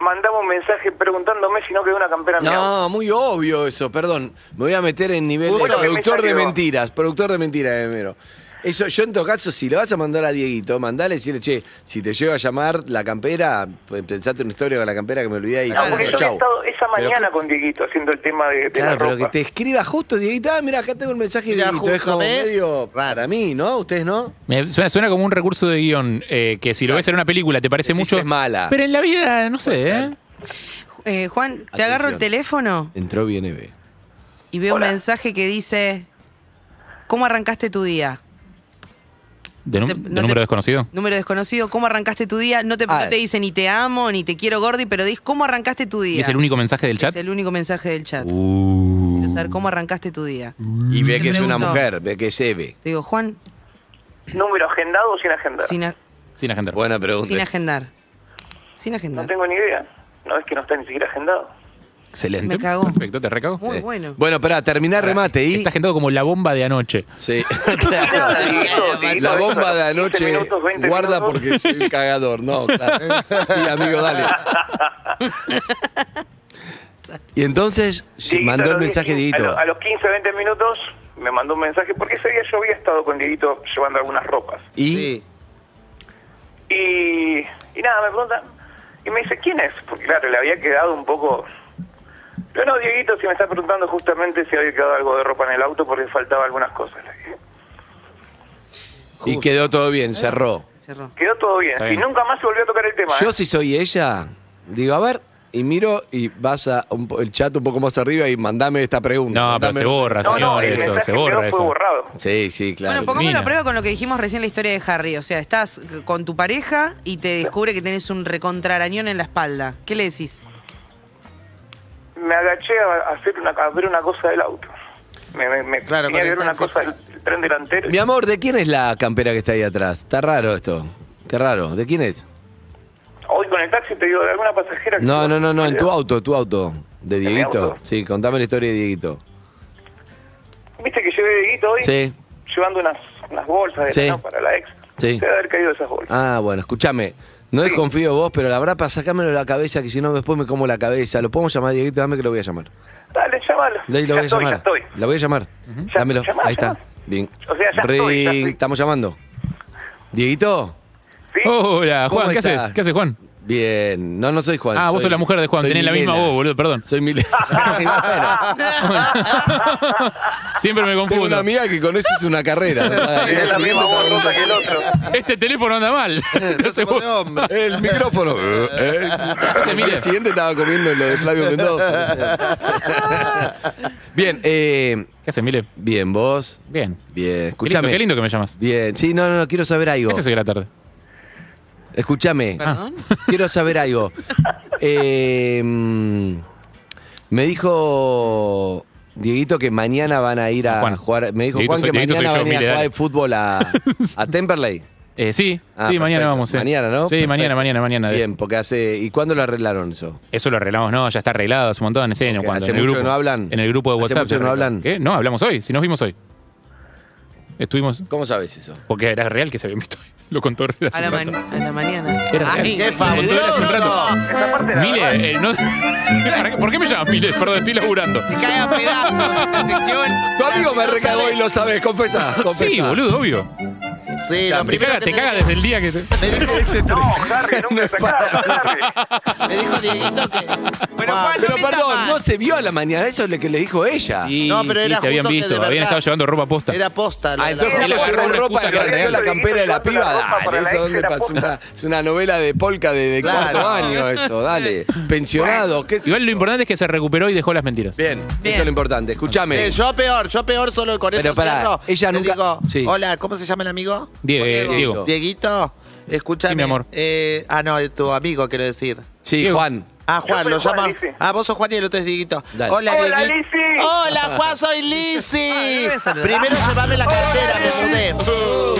S11: mandamos un mensaje preguntándome si no quedó una campera en mi auto.
S2: No, muy obvio eso, perdón. Me voy a meter en nivel de
S11: Justo que me
S2: productor de
S11: salió.
S2: mentiras, productor de mentiras, Emero. Eso, yo en todo caso, si le vas a mandar a Dieguito, mandale y decirle, che, si te llego a llamar la campera, pues, pensate una historia con la campera que me olvidé y
S11: No, Ah, porque yo había
S2: chau.
S11: estado esa
S2: Pero
S11: mañana con Dieguito haciendo el tema de, de la
S2: Claro, pero que
S11: ropa.
S2: te escriba justo, Dieguito, ah, mira, acá tengo el mensaje de
S3: Mirá,
S2: Dieguito. Es
S3: justo,
S2: como
S3: ¿ves?
S2: medio para mí, ¿no? ¿Ustedes no?
S12: Me- suena, suena como un recurso de guión eh, que si lo ves en una película te parece mucho.
S2: es mala.
S12: Pero en la vida, no sé, ¿eh?
S10: Eh, Juan, te agarro el
S2: Atención.
S10: teléfono
S2: Entró bien Eve.
S10: y veo un mensaje que dice, ¿cómo arrancaste tu día?
S12: De,
S10: No
S12: num-
S10: te-
S12: de
S10: no te-
S12: número desconocido.
S10: Número desconocido, ¿cómo arrancaste tu día? No te,
S12: Ah.
S10: no te dice ni te amo, ni te quiero, Gordi, pero dice, ¿cómo arrancaste tu día?
S12: ¿Y es el único mensaje del chat?
S10: Es el único mensaje del chat. Quiero saber cómo arrancaste tu día.
S2: Uh. Y ve
S10: Te
S2: que es una
S10: pregunto.
S2: mujer, ve que es Eve.
S10: Te digo, Juan,
S11: ¿Número agendado o sin agendar?
S10: sin, a-
S12: Sin agendar.
S2: Buena pregunta.
S10: sin agendar. Sin agendar.
S11: No tengo ni idea. No es que no está ni siquiera agendado.
S12: Excelente.
S10: Me cagó.
S12: Perfecto, te recagó.
S10: Muy bueno.
S2: Bueno, para terminar remate y. Está
S12: agendado como la bomba de anoche.
S2: Sí. La bomba de anoche. Guarda porque soy un cagador.
S3: *laughs*
S2: No, claro. Sí, amigo, dale. Y entonces sí,
S11: Dieguito,
S2: mandó
S11: a
S2: el
S11: los
S2: mensaje
S11: 10,
S2: Dieguito.
S11: A, lo- a los 15, 20 minutos me mandó un mensaje porque ese día yo había estado con Dieguito llevando algunas ropas.
S2: Y.
S11: Y, y nada, me pregunta y me dice, ¿quién es? Porque claro, le había quedado un poco... Yo no, Dieguito, si me está preguntando justamente si había quedado algo de ropa en el auto porque faltaba algunas cosas. Le dije.
S2: Y quedó todo bien, cerró.
S11: Quedó todo bien.
S2: Está bien.
S11: Y nunca más se volvió a tocar el tema.
S2: Yo
S11: ¿eh?
S2: si soy ella, digo, a ver, y miro y vas a un po- el chat un poco más arriba y mandame esta pregunta.
S12: No, pero
S2: mandame-
S12: se borra, No, no, señor, el eso, mensaje se que borra quedó fue eso.
S11: borrado.
S2: Sí, sí, claro.
S10: Bueno, pongámoslo a prueba con lo que dijimos recién en la historia de Harry. O sea, estás con tu pareja y te descubre que tenés un recontrarañón en la espalda. ¿Qué le decís?
S11: Me agaché a, hacer una, a ver una cosa del auto. Me, me, me tenía que ver una cosa del tren delantero.
S2: Mi amor, ¿de quién es la campera que está ahí atrás? Está raro esto. Qué raro. ¿De quién es?
S11: Hoy con el taxi te digo, de alguna pasajera... que-
S2: No, no, no, no, en tu auto, tu auto. ¿De
S11: mi
S2: Dieguito?
S11: auto?
S2: Sí, contame la historia de Dieguito.
S11: Viste que llevé a Dieguito hoy
S2: Sí,
S11: llevando unas, unas bolsas de
S2: Sí.
S11: lana para la ex.
S2: sí.
S11: Se debe haber caído esas bolsas.
S2: Ah, bueno, escúchame. No desconfío de vos, pero la verdad, para sacármelo de la cabeza, que si no después me como la cabeza. Lo podemos llamar, Dieguito, dame que lo voy a llamar.
S11: Dale, llámalo.
S2: Ahí lo
S11: Ya
S2: voy a
S11: estoy,
S2: llamar.
S11: ya estoy.
S2: La voy a llamar. Dámelo.
S11: llamá,
S2: Ahí está. Bien.
S11: O sea, ya estoy, ya
S2: Ring.
S11: estoy.
S2: Estamos llamando. Dieguito. Oh, *laughs*
S12: Hola, Juan,
S2: ¿Cómo
S12: ¿qué
S2: estás?
S12: haces? ¿Qué haces, Juan?
S2: Bien. No, no soy Juan.
S12: Ah, vos sos la mujer de Juan, tenés la misma voz, boludo, perdón.
S2: Soy Milena.
S12: Siempre me confundo.
S2: Tengo una amiga que con eso es una carrera.
S12: Sí, es la misma voz,
S2: Pregunta-
S12: Este teléfono anda mal. No
S2: *laughs*
S12: se puede.
S2: El
S11: *laughs*
S2: micrófono. eh. El siguiente estaba comiendo lo de Flavio Mendoza. no sé. Bien, eh.
S12: ¿Qué haces, Mile?
S2: Bien, vos.
S12: Bien.
S2: Bien,
S12: Qué lindo,
S2: escúchame.
S12: qué lindo que me llamas.
S2: Bien, sí, no, no, no, quiero saber algo.
S12: ¿Qué es eso de la tarde?
S2: Escúchame.
S12: ¿Perdón?
S2: Quiero saber algo. Eh, mm, me dijo Dieguito que mañana van a ir a
S12: Juan.
S2: jugar. Me dijo
S12: Dieguito
S2: Juan
S12: soy-
S2: que
S12: Dieguito
S2: mañana
S12: soy yo,
S2: van a ir a
S12: Mile,
S2: jugar
S12: dale.
S2: el fútbol a,
S12: *laughs*
S2: a Temperley.
S12: Eh, sí,
S2: Ah,
S12: sí, mañana
S2: perfecto.
S12: vamos. eh.
S2: Mañana, ¿no?
S12: Sí, mañana, mañana, mañana.
S2: Bien, porque hace. ¿Y cuándo lo arreglaron eso?
S12: Eso lo arreglamos, no, ya está arreglado hace un montón, en serio.
S2: Ok,
S12: cuando
S2: hace
S12: en el
S2: mucho
S12: grupo,
S2: que no hablan.
S12: En el grupo de
S2: Hace
S12: WhatsApp.
S2: mucho
S12: ya
S2: que no
S12: arreglaron.
S2: hablan.
S12: ¿Qué? No, hablamos hoy, si nos vimos hoy. Estuvimos.
S2: ¿Cómo sabes eso?
S12: Porque era real que se habían visto hoy. Lo contó real hace
S10: A la,
S12: un rato.
S10: ma- a la mañana.
S12: Era
S10: Ay,
S12: real.
S10: qué
S12: Lo contó él hace un rato.
S10: fabuloso.
S12: Mile, eh, no- *laughs* ¿Para qué- ¿por qué me llamas Mile? Perdón, estoy laburando.
S10: Cae
S2: *laughs*
S10: a pedazos esta sección.
S2: Tu amigo me recagó y lo sabes, confesá. confesá.
S12: Sí, boludo, obvio.
S3: Sí,
S12: Ya,
S3: lo
S12: te
S3: primero
S12: caga,
S3: que
S12: te
S3: tenés
S12: caga
S3: que-
S12: desde el día que te.
S2: *laughs* No es para-
S3: Me dijo Dieguito que.
S2: Pero
S12: Ah.
S2: perdón, no se vio a la mañana, eso es lo que le dijo ella.
S12: Y
S3: No, pero
S12: sí,
S3: era
S12: se habían
S3: justo que
S12: visto,
S3: de
S12: habían
S3: verdad-
S12: estado llevando ropa posta.
S3: Era posta. lo
S2: Ah,
S3: de la-
S2: entonces
S12: Era
S2: Juan
S12: una
S2: llevó ropa
S12: excusa
S2: que apareció
S12: que
S2: la
S12: había
S2: campera de la
S12: hecho
S2: piba.
S12: la ropa
S2: Dale,
S12: para la
S2: eso
S12: ex
S2: dónde
S12: era
S2: pasa. Una- Es una novela de polka de, de
S3: Claro.
S2: cuarto año, eso,
S12: *laughs*
S2: dale. Pensionado, ¿qué es?
S12: Igual lo importante es que se recuperó y dejó las mentiras.
S2: Bien, eso es lo importante. Escúchame.
S3: Eh, yo peor, yo peor solo con
S2: Pero
S3: esto
S2: pará,
S3: cerro.
S2: ella
S3: Le
S2: nunca-
S3: digo,
S2: sí.
S3: Hola, ¿cómo se llama el amigo?
S12: Diego, eh, Diego.
S3: Dieguito, escúchame.
S12: Sí, mi amor.
S3: eh, ah, no, tu amigo quiero decir.
S2: Sí, Juan.
S3: Ah, Juan,
S11: soy
S3: lo
S11: Juan,
S3: llama.
S11: Lizzy.
S3: Ah, vos sos Juan y el otro es Dieguito.
S2: Dale.
S3: Hola,
S11: Hola,
S3: Diegui-
S11: Lizzy.
S3: Hola, Juan, soy
S2: *laughs*
S3: Lizzy.
S10: debe saludar.
S3: Primero llevame la cartera, me mudé.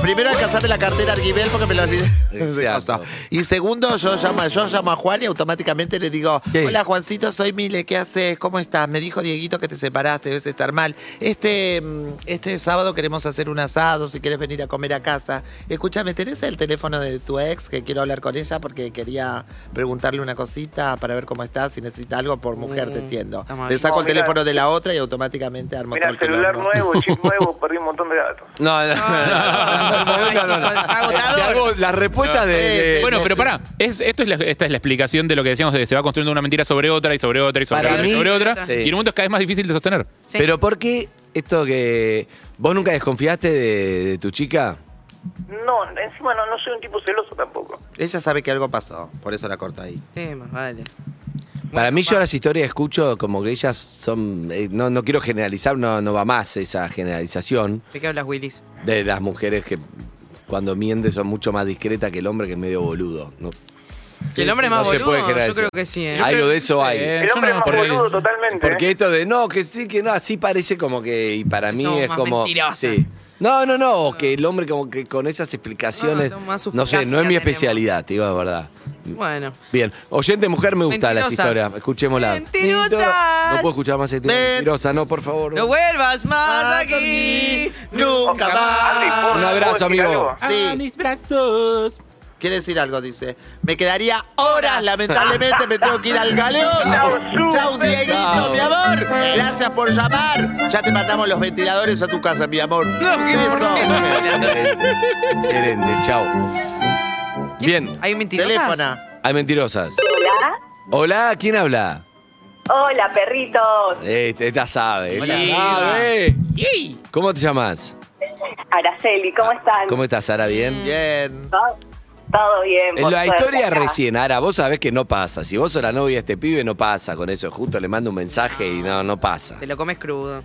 S3: Primero alcanzame la cartera al Guibel porque me la olvidé. *laughs*
S2: Exacto.
S3: Y segundo, yo llamo, yo llamo a Juan y automáticamente le digo,
S2: ¿Qué?
S3: hola Juancito, soy Mile, ¿qué haces? ¿Cómo estás? Me dijo Dieguito que te separaste, debes estar mal. Este, mm, este sábado queremos hacer un asado, si quieres venir a comer a casa. Escúchame, ¿tenés el teléfono de tu ex que quiero hablar con ella porque quería preguntarle una cosita para ver cómo está, si necesita algo por mujer, te entiendo.
S10: está mal.
S3: Le saco
S11: No,
S3: el
S11: mirá.
S3: teléfono de la otra y automáticamente armo
S11: Mira,
S3: todo el
S11: celular
S3: quilombo. *laughs*
S11: nuevo,
S2: *laughs*
S11: chip nuevo, perdí un montón de datos.
S2: No, no, no, no, no, no, no, no.
S10: Es agotador.
S2: Si algo, la respuesta de. de-
S12: bueno, pero pará, es, esto es la, esta es la explicación de lo que decíamos de que se va construyendo una mentira sobre otra y sobre otra y sobre
S2: Para
S12: otra y
S2: mí-
S12: sobre otra.
S2: Sí.
S12: Y en un momento es cada vez más difícil de sostener.
S10: Sí.
S2: Pero ¿por qué esto que. ¿Vos nunca desconfiaste de, de tu chica?
S11: No, encima no, no soy un tipo celoso tampoco.
S3: Ella sabe que algo pasó, por eso la corta ahí.
S10: Tema, vale.
S2: Para mí, yo las historias escucho como que ellas son. eh, no, no quiero generalizar, no, no va más esa generalización.
S10: ¿De qué hablas, Willis?
S2: De las mujeres que cuando mienten son mucho más discretas que el hombre que es medio boludo. No,
S10: Si el hombre es
S2: no
S10: más
S2: se puede
S10: boludo,
S2: generar
S10: yo creo
S2: eso.
S10: que sí, ¿eh?
S2: Algo de eso
S12: Sí,
S2: hay.
S12: eh,
S11: El
S12: yo
S11: hombre
S12: no-
S11: es más
S12: porque-
S11: boludo totalmente.
S2: Porque
S11: ¿eh?
S2: esto de no, que sí, que no, así parece como que. Y para
S10: Que
S2: mí
S10: somos
S2: es
S10: más
S2: como.
S10: mentirosas.
S2: Sí. No, no, no, o que el hombre como que con esas explicaciones.
S10: No, no, más
S2: No sé, no es mi
S10: suspicacia
S2: especialidad, te digo la verdad.
S10: Bueno.
S2: Bien. Oyente mujer me gusta las
S10: Mentirosas.
S2: historias. Escuchémosla.
S10: Mentirosas.
S2: No puedo escuchar más este. Mentirosa, no, por favor.
S10: No vuelvas más aquí, nunca
S3: Ah,
S10: más.
S2: Un abrazo, amigo.
S3: Sí. Ah, mis brazos. Quiere decir algo, dice. Me quedaría horas, lamentablemente me tengo que ir al galeón. Chau, Dieguito,
S2: Chau.
S3: mi amor. Gracias por llamar. Ya te mandamos los ventiladores a tu casa, mi amor.
S2: Excelente, Excelente, chao. Bien.
S10: ¿Hay
S3: mentirosas? Teléfono.
S2: Hay mentirosas.
S11: Hola.
S2: Hola, ¿quién habla?
S11: Hola, perritos.
S2: Este, esta sabe. esta
S11: Hola.
S2: sabe. ¿Cómo te llamas?
S11: Araceli, ¿cómo están?
S2: Ah, ¿Cómo estás, Sara? ¿Bien?
S3: Bien.
S11: Todo- Todo bien. por
S2: La
S11: suerte,
S2: historia
S11: acá.
S2: recién, Ara, vos sabés que no pasa. Si vos sos la novia de este pibe, no pasa con eso. Justo le mando un mensaje y no, no pasa.
S10: Te lo comes crudo.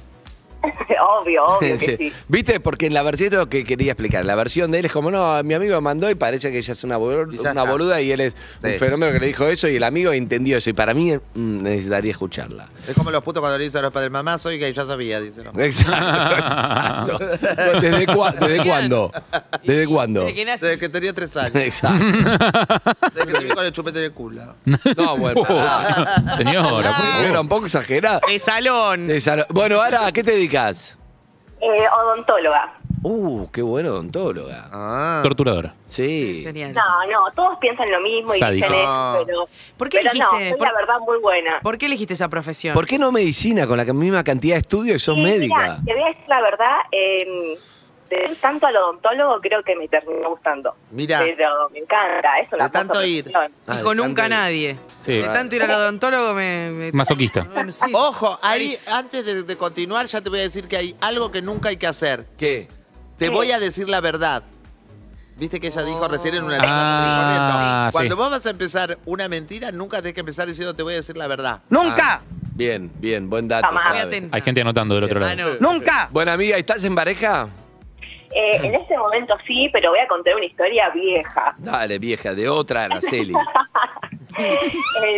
S11: *laughs* obvio, obvio
S2: *laughs*
S11: que
S2: Sí.
S11: sí.
S2: ¿Viste? Porque en la versión es lo que quería explicar. La versión de él es como, no, mi amigo mandó y parece que ella es una, bol-
S3: ya
S2: una
S3: está.
S2: boluda y él es
S3: Sí.
S2: un fenómeno que le dijo eso y el amigo entendió eso. Y para mí mm, necesitaría escucharla.
S3: Es como los putos cuando le dicen a los padres, mamá, soy gay, ya sabía, dice. ¿no?
S2: Exacto, exacto. ¿Desde, cua- desde cuándo? ¿Desde cuándo?
S3: Desde que tenía tres
S2: *laughs*
S3: años.
S2: Exacto.
S3: Desde que *laughs* tenía con el chupete de culo.
S2: No, bueno.
S12: *laughs* Oh, señora, por favor.
S2: Era un poco exagerada.
S10: Ah, De salón.
S2: Bueno, Ara, ¿a qué te dedicas?
S11: Eh, odontóloga.
S2: Uh, qué bueno odontóloga.
S12: Torturadora.
S2: Sí.
S11: No, no, todos piensan lo mismo y
S2: Sádico.
S11: dicen
S2: Ah.
S11: eso, pero.
S10: ¿Por qué
S11: pero no,
S10: elegiste?
S11: soy
S10: Por-
S11: la verdad muy buena.
S10: ¿Por qué elegiste esa profesión?
S2: ¿Por qué no medicina con la que- misma cantidad de estudios y sos
S11: Y
S2: médica?
S11: mira, te voy a decir la verdad, eh, de tanto al odontólogo creo que me terminó gustando.
S2: Mira.
S11: Pero me encanta, es una
S3: De tanto
S11: cosa
S3: ir.
S11: profesión.
S12: ah,
S10: Dijo nunca nadie.
S12: Sí. Oh.
S10: De tanto ir al odontólogo me. me-
S12: Masoquista.
S10: Bueno, sí.
S3: Ojo, ahí, antes de, de continuar, ya te voy a decir que hay algo que nunca hay que hacer.
S2: ¿Qué?
S3: Te
S11: ¿Qué?
S3: voy a decir la verdad. Viste que ella
S11: Oh.
S3: dijo recién en una charla
S2: Ah,
S3: así, corriendo. Cuando
S2: sí.
S3: vos vas a empezar una mentira, nunca tenés que empezar diciendo te voy a decir la verdad.
S2: ¡Nunca! Ah, bien, bien, buen dato.
S11: Jamás.
S2: sabe.
S11: Muy atenta.
S12: Hay gente anotando del otro lado.
S11: ¡Nunca!
S2: Buena amiga, ¿estás en pareja?
S11: Eh, en este momento sí, pero voy a contar una historia vieja.
S2: Dale, vieja, de otra
S10: *laughs*
S2: Araceli.
S11: Em,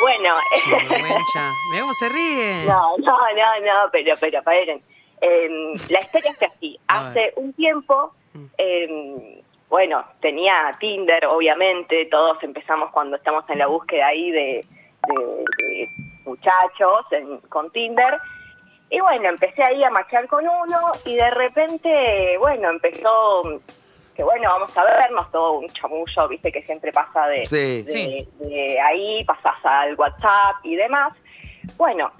S11: bueno, eh,
S10: Vergüenza. Mirá cómo se ríe.
S11: *laughs* no, no, no, no, pero, pero, paren. Em, la historia es que así,
S10: A ver. Mm.
S11: hace un tiempo, em, bueno, tenía Tinder, obviamente, todos empezamos cuando estamos
S10: Mm.
S11: en la búsqueda ahí de, de- de muchachos en- con Tinder. Y bueno, empecé ahí a machar con uno y de repente, bueno, empezó que bueno, vamos a vernos, todo un chamullo, viste, que siempre pasa de,
S3: Sí.
S11: de-
S3: Sí.
S11: de ahí, pasas al WhatsApp y demás. Bueno,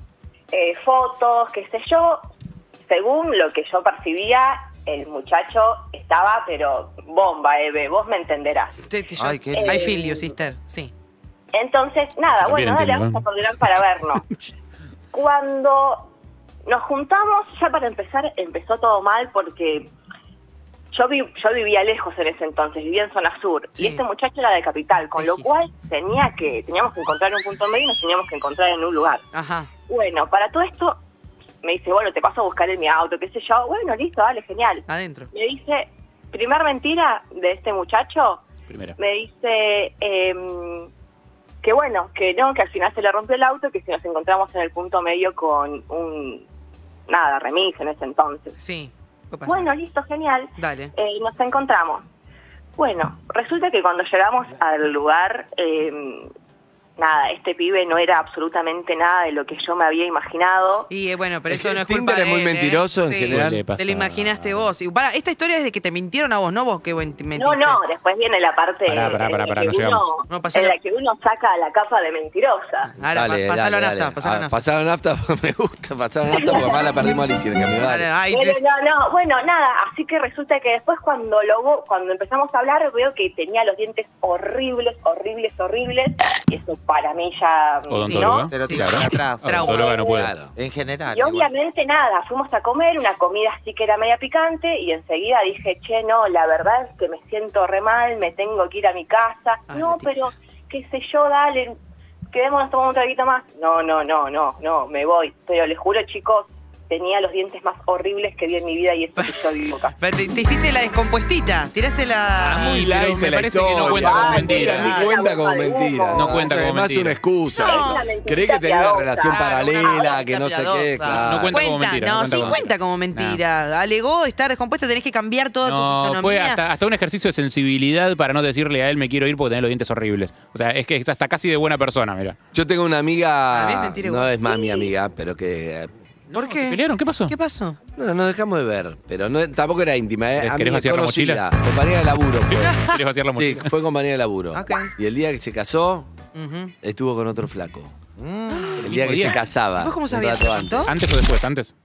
S11: eh, fotos, qué sé yo, según lo que yo percibía, el muchacho estaba, pero bomba, Eve, vos me entenderás.
S10: Te- te- yo-
S11: Ay, qué lindo.
S10: I feel you, sister. Sí.
S11: Entonces, nada,
S10: Yo
S11: bueno,
S10: también entiendo,
S11: dale, vamos a coordinar
S10: *laughs*
S11: para vernos. Cuando nos juntamos, ya para empezar, empezó todo mal porque yo, vi- yo vivía lejos en ese entonces, vivía en zona sur, y este muchacho era de capital, con lo cual tenía que, teníamos que encontrar un punto medio y nos teníamos que encontrar en un lugar.
S10: Ajá.
S11: Bueno, para todo esto me dice, bueno, te paso a buscar en mi auto, qué sé yo. Bueno, listo, dale, genial.
S10: Adentro.
S11: Me dice, primer mentira de este muchacho,
S12: Primera.
S11: me dice em, que bueno, que no, que al final se le rompió el auto, que si nos encontramos en el punto medio con un, nada, remis en ese entonces.
S10: Sí. Opa.
S11: Bueno, listo, genial.
S10: Dale.
S11: Eh, nos encontramos. Bueno, resulta que cuando llegamos al lugar, eh, nada, este pibe no era absolutamente nada de lo que yo me había imaginado.
S10: Y eh, bueno, pero
S2: Es
S10: eso
S2: que
S10: no es
S2: Tinder
S10: culpa
S2: es muy
S10: de él, ¿eh?
S2: mentiroso en
S10: Sí.
S2: general. Suele
S10: Te
S2: pasar.
S10: lo imaginaste vos. Y para, esta historia es de que te mintieron a vos, ¿no? Vos que buen- mentiste.
S11: No, no, después viene la parte
S12: Pará, pará,
S11: en
S12: pará,
S11: la
S12: pará,
S11: que
S12: no
S11: uno-
S12: llegamos.
S10: No, pasalo.
S11: en la que uno saca la capa de mentirosa.
S10: Ahora, pa-
S2: Dale,
S10: pasalo
S2: dale,
S10: a nafta,
S2: dale.
S10: pasalo a
S2: Ah,
S10: nafta.
S2: pasalo a nafta, *laughs* me gusta. Pasalo a nafta porque además la perdimos a Alicia en el camino. Dale.
S10: Dale, ay,
S11: Pero
S10: te-
S11: no, no, bueno, nada, así que resulta que después cuando lo, vo- cuando empezamos a hablar veo que tenía los dientes horribles, horribles, horribles, y eso para mí ya...
S12: Odontóloga.
S11: ¿no?
S3: Te lo
S12: Sí,
S3: tiran
S12: claro.
S3: atrás.
S12: Odontóloga no puede.
S2: Claro.
S3: En general.
S11: Y
S3: igual.
S11: obviamente nada, fuimos a comer, una comida así que era media picante y enseguida dije, che, no, la verdad es que me siento re mal, me tengo que ir a mi casa.
S2: Ah,
S11: no, pero qué sé yo, dale, quedémonos tomando un traguito más. No, no, no, no, no, me voy. Pero les juro chicos, tenía los dientes más horribles que vi en mi vida y esto que yo
S2: *laughs*
S11: vivo acá.
S10: Pero Te, te hiciste la descompuestita, tiraste
S12: Ah,
S10: la.
S2: muy light
S12: me
S2: la
S12: parece que no
S2: historia.
S12: cuenta como
S2: Ah,
S12: mentira.
S2: mira, Ni cuenta como mentira.
S12: No cuenta como
S2: Además, es
S12: mentira.
S2: una excusa.
S10: No.
S2: Creí que tenía una relación
S10: Claro,
S2: paralela, que no sé qué. claro.
S10: No, sí cuenta como mentira. Alegó estar descompuesta, tenés que cambiar toda tu
S12: No,
S10: fisonomía.
S12: fue hasta, hasta un ejercicio de sensibilidad para no decirle a él me quiero ir porque tenés los dientes horribles. O sea, es que es hasta casi de buena persona, mira.
S2: Yo tengo una
S10: A ver,
S2: amiga,
S10: mentira,
S2: Ah, no
S10: igual.
S2: es más mi amiga, pero que... eh,
S10: ¿Por qué?
S12: pelearon? ¿Qué pasó?
S10: ¿Qué pasó?
S2: No, nos dejamos de ver, pero no, tampoco era íntima. Eh,
S12: ¿Querés
S2: amiga
S12: vaciar la
S2: conocida,
S12: mochila?
S2: Compañera de laburo fue.
S12: *laughs* ¿Querés vaciar la
S2: Sí, fue compañera de laburo.
S10: Ok.
S2: Y el día que se casó,
S10: Ujú.
S2: estuvo con otro flaco. El día que
S12: día.
S2: se casaba.
S10: ¿Vos cómo
S2: Ah, un
S10: sabías?
S2: rato
S10: ¿Te
S2: antes.
S10: contó?
S12: ¿Antes o después? ¿Antes?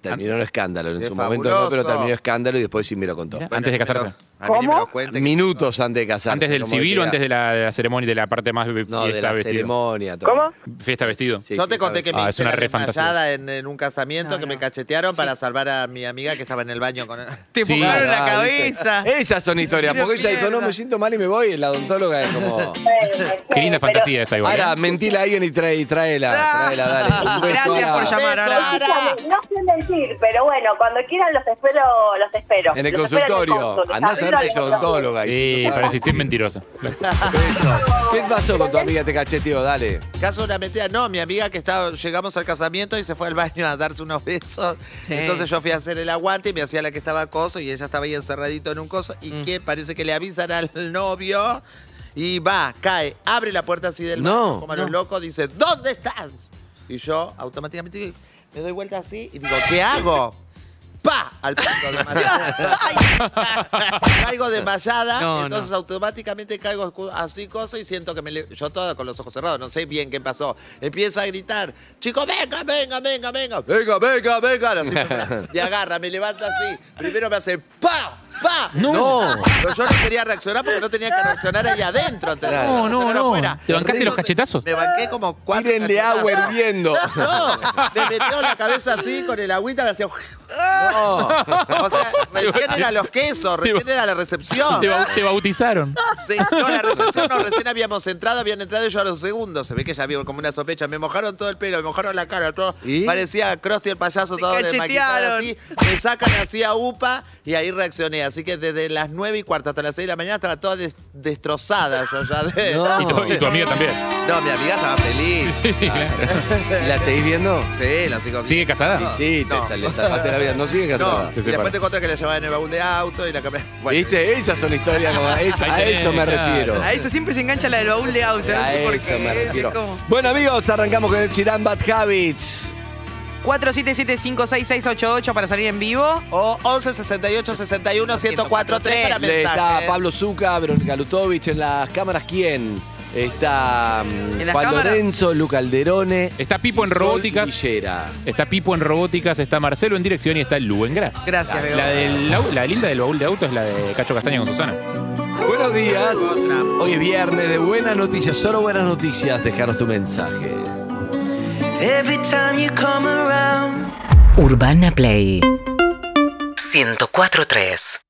S2: Terminó el escándalo. En
S3: Qué
S2: su momento no, pero
S3: fabuloso.
S2: terminó escándalo y después sí me lo contó.
S12: Antes de casarse.
S3: A mí ni me lo
S2: Minutos antes de casarse.
S12: ¿Antes del
S2: como que
S12: civil o
S2: queda-
S12: antes de la, de la ceremonia, de la parte más be-
S2: No,
S12: fiesta
S2: de la
S12: vestido?
S2: ceremonia. todo.
S12: Fiesta vestido.
S3: Yo te conté que me
S12: Ah, es
S3: hice
S12: una
S3: la
S12: re fantasía.
S3: desmayada en, en un casamiento que me cachetearon para salvar a mi amiga que estaba en el baño con
S10: Te
S2: Sí.
S10: empujaron la
S2: Ah, viste.
S10: cabeza.
S2: Esas son historias.
S10: Sí, no
S2: Porque ella dijo,
S10: pierda.
S2: no, me siento mal y me voy. Y la odontóloga es como...
S12: Qué
S11: Eh,
S12: linda fantasía esa igual. ¿eh?
S2: Ahora, Ah, mentila a alguien y trae, tráela, tráela, dale. Un beso,
S10: Ah. Gracias
S2: Ara.
S10: por llamar,
S3: Beso,
S10: Ara.
S3: Ara.
S11: No sé mentir, pero bueno, cuando quieran los espero, los espero.
S2: En el
S11: Los espero
S2: consultorio.
S11: consultorio.
S2: Andás a ver si es
S11: Arriba,
S2: odontóloga. y si
S12: Sí,
S2: no sabe.
S12: parece sí
S2: *laughs*
S12: es mentiroso.
S2: ¿Qué pasó con tu amiga te cacheteo? Dale.
S3: Caso de una mentira. No, mi amiga que estaba, llegamos al casamiento y se fue al baño a darse unos *laughs* besos.
S10: Sí.
S3: Entonces yo fui a hacer el aguante y me hacía la que estaba coso y ella estaba ahí encerradito en un coso. Y
S2: Mm.
S3: que parece que le avisan al novio y va, cae, abre la puerta así del
S2: No,
S3: baño, como a los locos, dice, ¿dónde estás? Y yo automáticamente me doy vuelta así y digo, ¿qué hago? ¡Pa! Al piso
S12: *laughs*
S3: de caigo desmayada,
S10: No, no.
S3: entonces automáticamente caigo escu- así cosa y siento que me le- yo toda con los ojos cerrados, no sé bien qué pasó. Empieza a gritar, chico, venga, venga, venga, venga, venga, venga, venga. Ahora sí, me- me agarra, me levanta así. Primero me hace ¡pa! ¡pa!
S2: No.
S3: Pero yo no quería reaccionar porque no tenía que reaccionar ahí adentro. antes de
S12: No, no,
S3: reaccionar
S12: no.
S3: afuera.
S12: ¿Te bancaste los
S3: Entonces,
S12: cachetazos?
S3: Me banqué como cuatro
S2: Tírenle agua
S3: cachetazos.
S2: hirviendo.
S3: No, me metió la cabeza así con el agüita, me hacía. ¡Oh!
S2: No.
S3: O sea, recién era los quesos, recién era la recepción.
S12: Te, bau- te bautizaron.
S3: Sí, no, la recepción no, recién habíamos entrado, habían entrado y yo a los segundos. Se ve que ya había como una sospecha. Me mojaron todo el pelo, me mojaron la cara, todo.
S2: ¿Y?
S3: Parecía Krusty el payaso,
S10: Te
S3: todo desmaquillado así.
S10: cachetearon.
S3: Me sacan así a UPA y ahí reaccioné. Así que desde las 9 y cuarto hasta las 6 de la mañana estaba toda des- destrozada yo ya de.
S2: No.
S12: Y tu, y tu amiga también.
S3: No, mi amiga estaba feliz. Sí,
S2: ¿Y la seguís viendo?
S3: la sigo
S12: ¿Sigue casada?
S3: No.
S2: Sí, te
S3: No.
S2: sal- le salvaste la vida. No sigue casada.
S3: No,
S12: Se
S3: y
S12: separa.
S3: después te conté que la llevaba en el baúl de auto y la cambié. Bueno,
S2: ¿Viste? Esas son historias *laughs* como a esa-
S12: Ahí
S2: a
S12: tenés,
S2: eso me
S12: claro.
S2: refiero.
S10: A eso siempre se engancha la del baúl de auto, no
S2: A
S10: sé por
S2: eso
S10: qué.
S2: me refiero.
S10: Es como-
S2: Bueno, amigos, arrancamos con el Chirán Bad Habits.
S10: 47756688 para salir en vivo.
S3: O 11 68 61 104 3 para
S2: Le está
S3: mensajes.
S2: Pablo Zuca, Verónica Lutovich. En las cámaras, ¿quién? Está mm,
S10: En las
S2: Juan
S10: cámaras.
S2: Lorenzo, Luca Alderone.
S12: Está Pipo en
S2: Sol
S12: robóticas.
S2: Villera.
S12: Está Pipo en robóticas. Está Marcelo en dirección y está Lu en graf.
S10: Gracias, Bego.
S12: La, del, la, la linda del baúl de auto es la de Cacho Castaña con Susana.
S2: Buenos días. Hoy es viernes de buenas noticias. Solo buenas noticias. Dejaros tu mensaje.
S17: Urbana Play 104.3